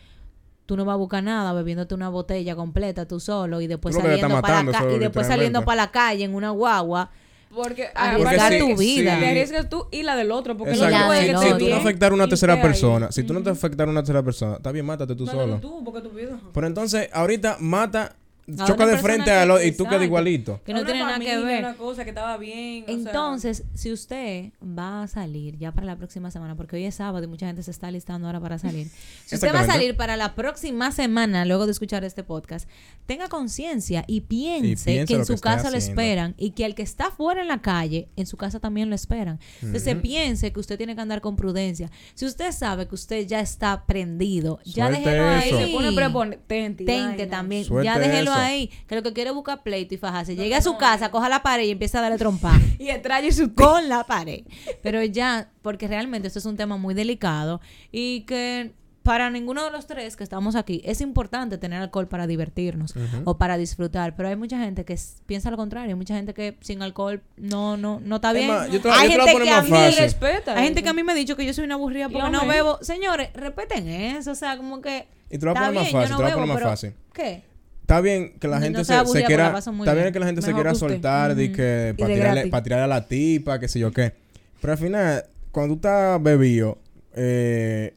[SPEAKER 1] tú no vas a buscar nada bebiéndote una botella completa tú solo y después
[SPEAKER 3] Tú lo que te estás
[SPEAKER 1] saliendo para la
[SPEAKER 3] matando
[SPEAKER 1] ca-
[SPEAKER 3] solo,
[SPEAKER 1] y después saliendo
[SPEAKER 3] literalmente.
[SPEAKER 1] para la calle en una guagua.
[SPEAKER 2] Porque
[SPEAKER 1] Arriesgar
[SPEAKER 2] aparte
[SPEAKER 1] tu
[SPEAKER 2] que-
[SPEAKER 1] vida.
[SPEAKER 2] sí, Te arriesgas tú y la del otro. Porque
[SPEAKER 1] Exacto.
[SPEAKER 2] no
[SPEAKER 1] Y la
[SPEAKER 2] puede
[SPEAKER 1] del
[SPEAKER 2] que
[SPEAKER 3] Si,
[SPEAKER 1] otro.
[SPEAKER 2] te
[SPEAKER 3] si tú
[SPEAKER 2] bien
[SPEAKER 3] no afectar a una
[SPEAKER 2] y
[SPEAKER 3] tercera
[SPEAKER 2] esté ahí.
[SPEAKER 3] persona, si tú no te afectar a una tercera persona, está bien, mátate tú
[SPEAKER 2] Mándalo
[SPEAKER 3] solo.
[SPEAKER 2] tú, porque tu vida.
[SPEAKER 3] Pero entonces, ahorita mata,
[SPEAKER 1] una
[SPEAKER 3] choca de
[SPEAKER 1] persona
[SPEAKER 3] frente
[SPEAKER 1] que-
[SPEAKER 3] a lo y tú
[SPEAKER 1] exacto.
[SPEAKER 3] quedas igualito.
[SPEAKER 1] Que no
[SPEAKER 2] Una
[SPEAKER 1] tiene nada que
[SPEAKER 2] familia,
[SPEAKER 1] ver.
[SPEAKER 2] Una cosa que estaba bien. o sea,
[SPEAKER 1] Entonces, si usted va a salir ya para la próxima semana, porque hoy es sábado y mucha gente se está listando ahora para
[SPEAKER 3] (laughs)
[SPEAKER 1] salir. Si usted va a
[SPEAKER 3] Exactamente.
[SPEAKER 1] salir para la próxima semana, luego de escuchar este podcast, tenga conciencia y piense
[SPEAKER 3] piense
[SPEAKER 1] que
[SPEAKER 3] lo
[SPEAKER 1] en
[SPEAKER 3] que
[SPEAKER 1] su
[SPEAKER 3] está
[SPEAKER 1] casa lo
[SPEAKER 3] haciendo.
[SPEAKER 1] esperan y que al que está fuera en la calle, en su casa también lo esperan. Entonces, se piense que usted tiene que andar con prudencia. Si usted sabe que usted ya está prendido, ya
[SPEAKER 3] Suelte
[SPEAKER 1] déjelo ahí.
[SPEAKER 3] eso.
[SPEAKER 2] Se pone prepotente. y
[SPEAKER 1] Tente
[SPEAKER 2] vaina.
[SPEAKER 1] también.
[SPEAKER 3] Suelte
[SPEAKER 1] ya déjelo
[SPEAKER 3] eso.
[SPEAKER 1] ahí. Que lo que quiere es buscar pleito y fajarse. Llegue a su casa, coja la pared y empieza a darle trompa.
[SPEAKER 2] Y
[SPEAKER 3] (laughs)
[SPEAKER 2] atrae su co-
[SPEAKER 1] con la pared. Pero ya, porque realmente esto es un tema muy delicado y que para ninguno de los tres que estamos aquí es importante tener alcohol para divertirnos o para disfrutar. Pero hay mucha gente que s- piensa lo contrario. Hay mucha gente que sin alcohol no no no está
[SPEAKER 3] Es
[SPEAKER 1] bien.
[SPEAKER 3] más, yo te-
[SPEAKER 1] hay
[SPEAKER 3] yo te
[SPEAKER 1] gente
[SPEAKER 3] la voy
[SPEAKER 1] que
[SPEAKER 3] a
[SPEAKER 1] a
[SPEAKER 3] poner
[SPEAKER 1] mí
[SPEAKER 3] más fácil.
[SPEAKER 2] Respeta
[SPEAKER 1] hay gente
[SPEAKER 2] eso.
[SPEAKER 1] que a mí me ha dicho que yo soy una aburrida porque
[SPEAKER 2] Yo
[SPEAKER 1] no
[SPEAKER 2] me-
[SPEAKER 1] bebo. Señores, respeten eso. O sea, como que
[SPEAKER 3] Y te lo voy
[SPEAKER 1] está
[SPEAKER 3] a poner más
[SPEAKER 1] bien, yo
[SPEAKER 3] fácil, te lo voy a
[SPEAKER 1] bebo,
[SPEAKER 3] poner más
[SPEAKER 1] pero
[SPEAKER 3] fácil.
[SPEAKER 1] ¿Qué?
[SPEAKER 3] Está bien que la
[SPEAKER 1] No
[SPEAKER 3] gente
[SPEAKER 1] se
[SPEAKER 3] se,
[SPEAKER 1] aburrida
[SPEAKER 3] se
[SPEAKER 1] porque
[SPEAKER 3] quiera.
[SPEAKER 1] la pasan muy
[SPEAKER 3] Está bien
[SPEAKER 1] bien.
[SPEAKER 3] que la gente se
[SPEAKER 2] Mejor
[SPEAKER 3] quiera
[SPEAKER 2] guste.
[SPEAKER 3] soltar de que
[SPEAKER 2] de
[SPEAKER 3] para tirarle,
[SPEAKER 2] gratis.
[SPEAKER 3] pa' tirarle a la tipa, qué sé yo qué. Pero al final, cuando tú estás bebido, eh,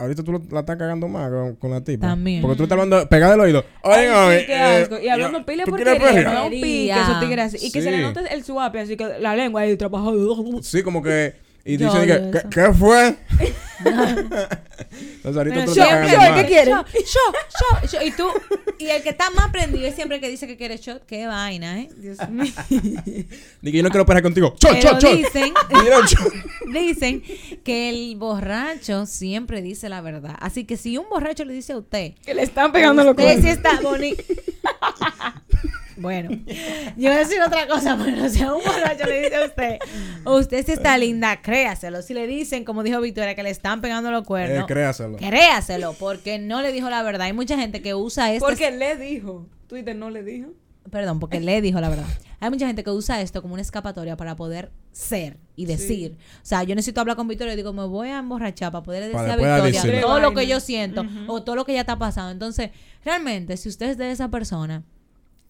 [SPEAKER 3] ahorita tú lo- la estás cagando más con, con la tipa.
[SPEAKER 1] También.
[SPEAKER 3] Porque tú estás hablando, pegado el oído. Oigan,
[SPEAKER 2] Ay, sí,
[SPEAKER 3] oye,
[SPEAKER 2] qué
[SPEAKER 3] eh,
[SPEAKER 2] asco. Y hablando
[SPEAKER 3] ya,
[SPEAKER 2] pila
[SPEAKER 3] ¿tú
[SPEAKER 2] porque
[SPEAKER 3] quieres perrear?
[SPEAKER 2] no pique
[SPEAKER 1] Porquería.
[SPEAKER 2] esos tigres así. Y que se le
[SPEAKER 3] Sí.
[SPEAKER 2] nota el suape, así que la lengua ahí trabajando.
[SPEAKER 3] Sí, como que. Y
[SPEAKER 1] Yo
[SPEAKER 3] dicen
[SPEAKER 1] odio
[SPEAKER 3] que, ¿qué,
[SPEAKER 1] eso.
[SPEAKER 3] qué fue?
[SPEAKER 1] (laughs)
[SPEAKER 3] Entonces ahorita tú
[SPEAKER 1] Yo,
[SPEAKER 3] lo estás
[SPEAKER 1] yo,
[SPEAKER 3] cagando
[SPEAKER 1] yo,
[SPEAKER 3] más.
[SPEAKER 1] ¿qué quieres? Yo, yo, yo, Y tú, y el que está más prendido es siempre el que dice que quiere shot. Qué vaina, ¿eh? Dios mío.
[SPEAKER 3] Dije, yo no quiero perrear contigo. ¡Chol,
[SPEAKER 1] Pero
[SPEAKER 3] chol, chol! (laughs)
[SPEAKER 1] dicen,
[SPEAKER 3] Y dieron chol.
[SPEAKER 1] (laughs) dicen que el borracho siempre dice la verdad. Así que si un borracho le dice a usted,
[SPEAKER 2] Que le están pegando los
[SPEAKER 1] usted
[SPEAKER 2] cuernos.
[SPEAKER 1] sí está bonito. (laughs) Bueno, yo voy a decir otra cosa, (laughs) pero si a un borracho le dice a usted, usted sí está linda, créaselo. Si le dicen, como dijo Victoria, que le están pegando los
[SPEAKER 3] Eh,
[SPEAKER 1] cuernos,
[SPEAKER 3] créaselo.
[SPEAKER 1] créaselo, porque no le dijo la verdad. Hay mucha gente que usa esto.
[SPEAKER 2] Porque le dijo. Twitter no le dijo.
[SPEAKER 1] Perdón, porque le dijo la verdad. Hay mucha gente que usa esto como una escapatoria para poder ser y decir. O sea, yo necesito hablar con Victoria y digo, me voy a emborrachar para poder decir
[SPEAKER 3] Para
[SPEAKER 1] a
[SPEAKER 3] después
[SPEAKER 1] Victoria
[SPEAKER 3] decirle.
[SPEAKER 1] todo lo que
[SPEAKER 2] Vaina.
[SPEAKER 1] yo siento o todo lo que ya está pasando. Entonces, realmente, si usted es de esa persona,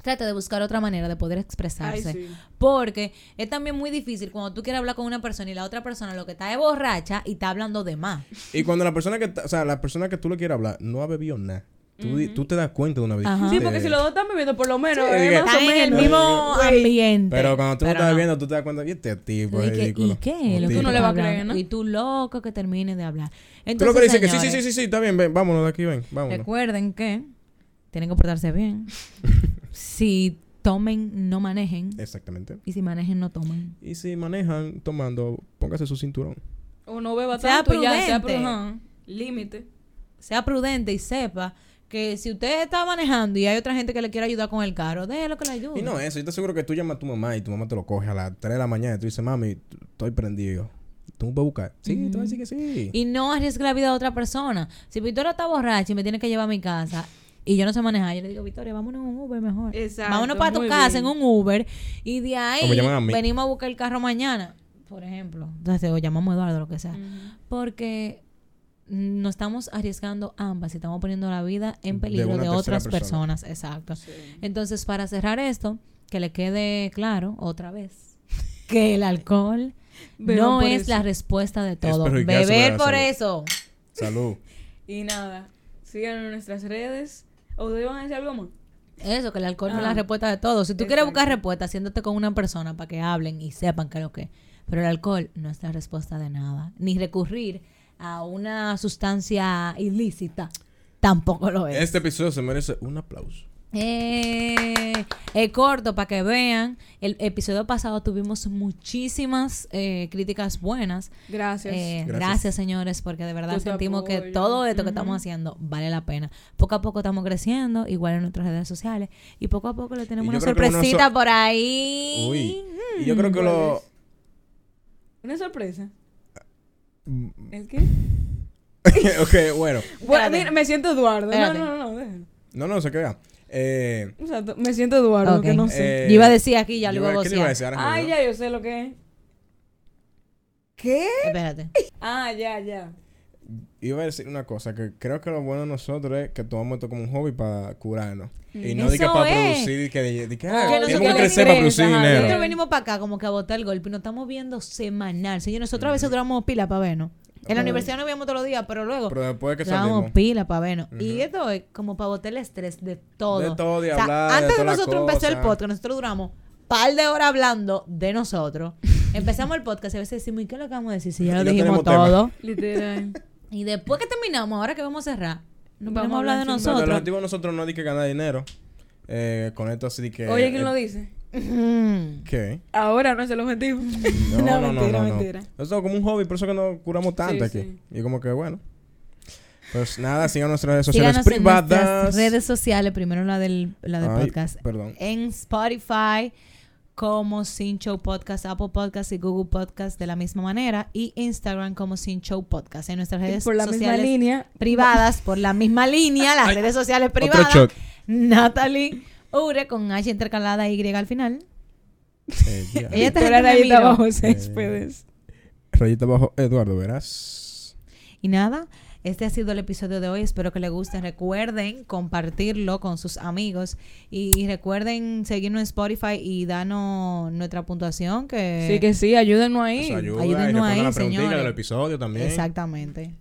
[SPEAKER 1] trate de buscar otra manera de poder expresarse.
[SPEAKER 2] Ay, sí.
[SPEAKER 1] Porque es también muy difícil cuando tú quieres hablar con una persona y la otra persona lo que está es borracha y está hablando de más.
[SPEAKER 3] Y cuando la persona que, ta- o sea, la persona que tú le quieres hablar no ha bebido nada. tú, di- tú te das cuenta de una vida.
[SPEAKER 1] Ajá.
[SPEAKER 2] Sí, porque si los dos están bebiendo, por lo menos,
[SPEAKER 3] Sí,
[SPEAKER 2] eh,
[SPEAKER 3] diga-
[SPEAKER 2] más o
[SPEAKER 1] Están Ah. en el
[SPEAKER 2] menos.
[SPEAKER 1] mismo
[SPEAKER 2] Güey.
[SPEAKER 1] ambiente.
[SPEAKER 3] Pero cuando tú lo
[SPEAKER 1] Pero
[SPEAKER 3] estás
[SPEAKER 1] no.
[SPEAKER 3] viendo, tú te das cuenta, y este tipo
[SPEAKER 1] ¿Y
[SPEAKER 3] es
[SPEAKER 1] qué-
[SPEAKER 3] ridículo.
[SPEAKER 1] ¿Y qué?
[SPEAKER 3] Un
[SPEAKER 1] Lo que
[SPEAKER 3] tipo.
[SPEAKER 2] Tú no le
[SPEAKER 1] estás
[SPEAKER 2] vas a creer,
[SPEAKER 1] hablando.
[SPEAKER 2] ¿no?
[SPEAKER 1] Y tú loco que termine de hablar.
[SPEAKER 3] Tú lo que
[SPEAKER 1] Entonces,
[SPEAKER 3] le dices que sí, sí, sí,
[SPEAKER 1] señores,
[SPEAKER 3] sí, sí, está bien, ven, vámonos de aquí, ven, vámonos.
[SPEAKER 1] Recuerden que tienen que portarse
[SPEAKER 3] (laughs)
[SPEAKER 1] bien. si tomen, no manejen.
[SPEAKER 3] Exactamente.
[SPEAKER 1] Y si manejen, no tomen.
[SPEAKER 3] Y si manejan tomando, póngase su cinturón.
[SPEAKER 2] Uno beba
[SPEAKER 1] Sea
[SPEAKER 2] tanto y ya,
[SPEAKER 1] prudente.
[SPEAKER 2] sea prudente. Ajá. Límite.
[SPEAKER 1] Sea prudente y sepa que si usted está manejando y hay otra gente que le quiere ayudar con el carro, déjelo que le ayude.
[SPEAKER 3] Y no eso, yo te aseguro que tú llamas a tu mamá y tu mamá te lo coge a las 3 de la mañana y tú dices, mami, t- estoy prendido. ¿Tú me puedes buscar? Sí, tú vas a decir que sí.
[SPEAKER 1] Y no arriesgue la vida de otra persona. Si Victoria está borracha y me tiene que llevar a mi casa y yo no sé manejar, yo le digo, Victoria, vámonos en un Uber mejor.
[SPEAKER 2] Exacto,
[SPEAKER 1] vámonos para tu
[SPEAKER 2] muy
[SPEAKER 1] casa
[SPEAKER 2] bien.
[SPEAKER 1] en un Uber y de
[SPEAKER 3] O me
[SPEAKER 1] ahí
[SPEAKER 3] llaman a mí.
[SPEAKER 1] venimos a buscar el carro mañana, por ejemplo. Entonces, o llamamos a Eduardo, lo que sea. Porque nos estamos arriesgando ambas y estamos poniendo la vida en
[SPEAKER 3] De
[SPEAKER 1] peligro de,
[SPEAKER 3] una tercera
[SPEAKER 1] otras
[SPEAKER 3] persona.
[SPEAKER 1] personas. Exacto. Entonces, para cerrar esto, que le quede claro otra vez (laughs) que el alcohol
[SPEAKER 2] Beban
[SPEAKER 1] no
[SPEAKER 2] por
[SPEAKER 1] es
[SPEAKER 2] eso.
[SPEAKER 1] la respuesta de todo. Beber
[SPEAKER 3] perjudicial sobre la
[SPEAKER 1] por
[SPEAKER 3] salud.
[SPEAKER 1] eso.
[SPEAKER 3] Salud.
[SPEAKER 2] Y nada, síganos en nuestras redes. ¿O ustedes van a decir algo más?
[SPEAKER 1] Eso, que el alcohol no es
[SPEAKER 2] Ah.
[SPEAKER 1] la respuesta de todo. Si tú quieres
[SPEAKER 2] Exacto.
[SPEAKER 1] buscar respuesta, siéntate con una persona para que hablen y sepan qué es lo que. es. Pero el alcohol no es la respuesta de nada. Ni recurrir a una sustancia ilícita tampoco lo es.
[SPEAKER 3] Este episodio se merece un aplauso.
[SPEAKER 1] Eh, es corto para que vean. El episodio pasado tuvimos muchísimas eh, críticas buenas.
[SPEAKER 2] Gracias.
[SPEAKER 1] Eh, gracias.
[SPEAKER 3] Gracias.
[SPEAKER 1] señores, porque de verdad
[SPEAKER 2] Yo te
[SPEAKER 1] sentimos que
[SPEAKER 2] apoyo.
[SPEAKER 1] todo esto que estamos
[SPEAKER 2] Ujú.
[SPEAKER 1] haciendo vale la pena. Poco a poco estamos creciendo, igual en nuestras redes sociales, y poco a poco le tenemos
[SPEAKER 3] Y
[SPEAKER 1] una
[SPEAKER 3] yo creo que una
[SPEAKER 1] sorpresita
[SPEAKER 3] so-
[SPEAKER 1] por ahí.
[SPEAKER 3] Uy. Y yo creo que
[SPEAKER 2] ¿Cuál
[SPEAKER 3] lo...
[SPEAKER 2] es? Una sorpresa.
[SPEAKER 3] Mm.
[SPEAKER 2] ¿El qué?
[SPEAKER 3] (laughs) ok, bueno.
[SPEAKER 2] Bueno,
[SPEAKER 1] Espérate.
[SPEAKER 2] mira, me siento Eduardo. No,
[SPEAKER 1] Espérate.
[SPEAKER 2] no, no, no, déjalo.
[SPEAKER 3] No, no, se queda. Eh,
[SPEAKER 2] O sea, me siento Eduardo,
[SPEAKER 1] Ok.
[SPEAKER 2] que no sé.
[SPEAKER 3] eh,
[SPEAKER 1] Yo iba a decir aquí, ya lo
[SPEAKER 3] yo
[SPEAKER 1] iba a
[SPEAKER 3] iba- ¿qué le iba a
[SPEAKER 1] vocear.
[SPEAKER 3] decir? Ahora me
[SPEAKER 2] ah,
[SPEAKER 3] olvidó.
[SPEAKER 2] ya, yo sé lo que es. ¿Qué?
[SPEAKER 1] Espérate.
[SPEAKER 2] Ah, ya, ya.
[SPEAKER 3] Iba a decir una cosa, que creo que lo bueno de nosotros es que tomamos esto como un hobby para curarnos. Y no
[SPEAKER 1] Eso
[SPEAKER 3] diga para
[SPEAKER 1] es.
[SPEAKER 3] producir, y que, di que, ah,
[SPEAKER 2] Que
[SPEAKER 3] tenemos que
[SPEAKER 2] nosotros
[SPEAKER 3] crecer para producir
[SPEAKER 2] ingresamos,
[SPEAKER 3] (laughs) dinero.
[SPEAKER 1] Nosotros venimos para acá como que a botar el golpe, y nos estamos viendo semanal. Señor, nosotros a veces duramos pila para vernos. En la universidad nos veíamos todos los días, pero luego
[SPEAKER 3] Pero después que
[SPEAKER 1] Dábamos
[SPEAKER 3] salimos.
[SPEAKER 1] pila para vernos. Y esto es como para botar el estrés de todo.
[SPEAKER 3] De todo, de hablar, de
[SPEAKER 1] Antes de,
[SPEAKER 3] todas las
[SPEAKER 1] nosotros empezar el
[SPEAKER 3] cosas.
[SPEAKER 1] podcast, nosotros duramos par de horas hablando de
[SPEAKER 3] (laughs)
[SPEAKER 1] nosotros. Empezamos el podcast y a veces decimos, ¿y qué es lo que vamos a decir? Si ya lo
[SPEAKER 3] Ya
[SPEAKER 1] dijimos
[SPEAKER 3] tenemos tema.
[SPEAKER 1] todo.
[SPEAKER 2] Literal.
[SPEAKER 1] Y después que terminamos, ahora que vamos a cerrar, nos
[SPEAKER 2] Vamos
[SPEAKER 1] vamos a hablar de
[SPEAKER 2] a hablar
[SPEAKER 3] No, el
[SPEAKER 1] nosotros.
[SPEAKER 3] objetivo de nosotros no es de que ganar dinero. Eh, con esto así de que...
[SPEAKER 2] Oye, ¿quién
[SPEAKER 3] eh,
[SPEAKER 2] lo dice?
[SPEAKER 1] (laughs) Mm.
[SPEAKER 2] (laughs)
[SPEAKER 3] ¿Qué?
[SPEAKER 2] Ahora no es el objetivo. (laughs)
[SPEAKER 3] No, no, no,
[SPEAKER 2] mentira,
[SPEAKER 3] no, no.
[SPEAKER 2] mentira.
[SPEAKER 3] Eso es como un hobby, por eso que no curamos tanto
[SPEAKER 2] Sí,
[SPEAKER 3] aquí.
[SPEAKER 2] sí.
[SPEAKER 3] Y como que, bueno. Pues nada, sigan nuestras redes sociales
[SPEAKER 1] Síganos en
[SPEAKER 3] privadas.
[SPEAKER 1] nuestras redes sociales, primero la del, la del
[SPEAKER 3] Ay,
[SPEAKER 1] podcast. Eh,
[SPEAKER 3] Perdón.
[SPEAKER 1] en Spotify como Sin Show Podcast, Apple Podcast y Google Podcast de la misma manera y Instagram como Sin Show Podcast. En nuestras redes
[SPEAKER 2] Por la misma
[SPEAKER 1] sociales (laughs)
[SPEAKER 2] línea.
[SPEAKER 1] privadas, por la misma línea, las redes sociales privadas, (laughs)
[SPEAKER 3] shot.
[SPEAKER 1] Natalie Ure con H intercalada Y al final.
[SPEAKER 3] Eh, ya.
[SPEAKER 1] Ella te
[SPEAKER 2] Por
[SPEAKER 1] gente me
[SPEAKER 2] la
[SPEAKER 1] miró.
[SPEAKER 2] rayita abajo, seis
[SPEAKER 3] Eh.
[SPEAKER 2] pedes.
[SPEAKER 3] Rayita abajo, Eduardo, verás.
[SPEAKER 1] Y nada, este ha sido el episodio de hoy. Espero que les guste. Recuerden compartirlo con sus amigos. Y recuerden seguirnos en Spotify y darnos nuestra puntuación. Que
[SPEAKER 2] Sí que sí, ayúdennos ahí.
[SPEAKER 3] Nos ayuda y
[SPEAKER 1] ayúdenos
[SPEAKER 3] respondan
[SPEAKER 1] ahí,
[SPEAKER 3] la preguntita
[SPEAKER 1] señores.
[SPEAKER 3] del episodio también.
[SPEAKER 1] Exactamente.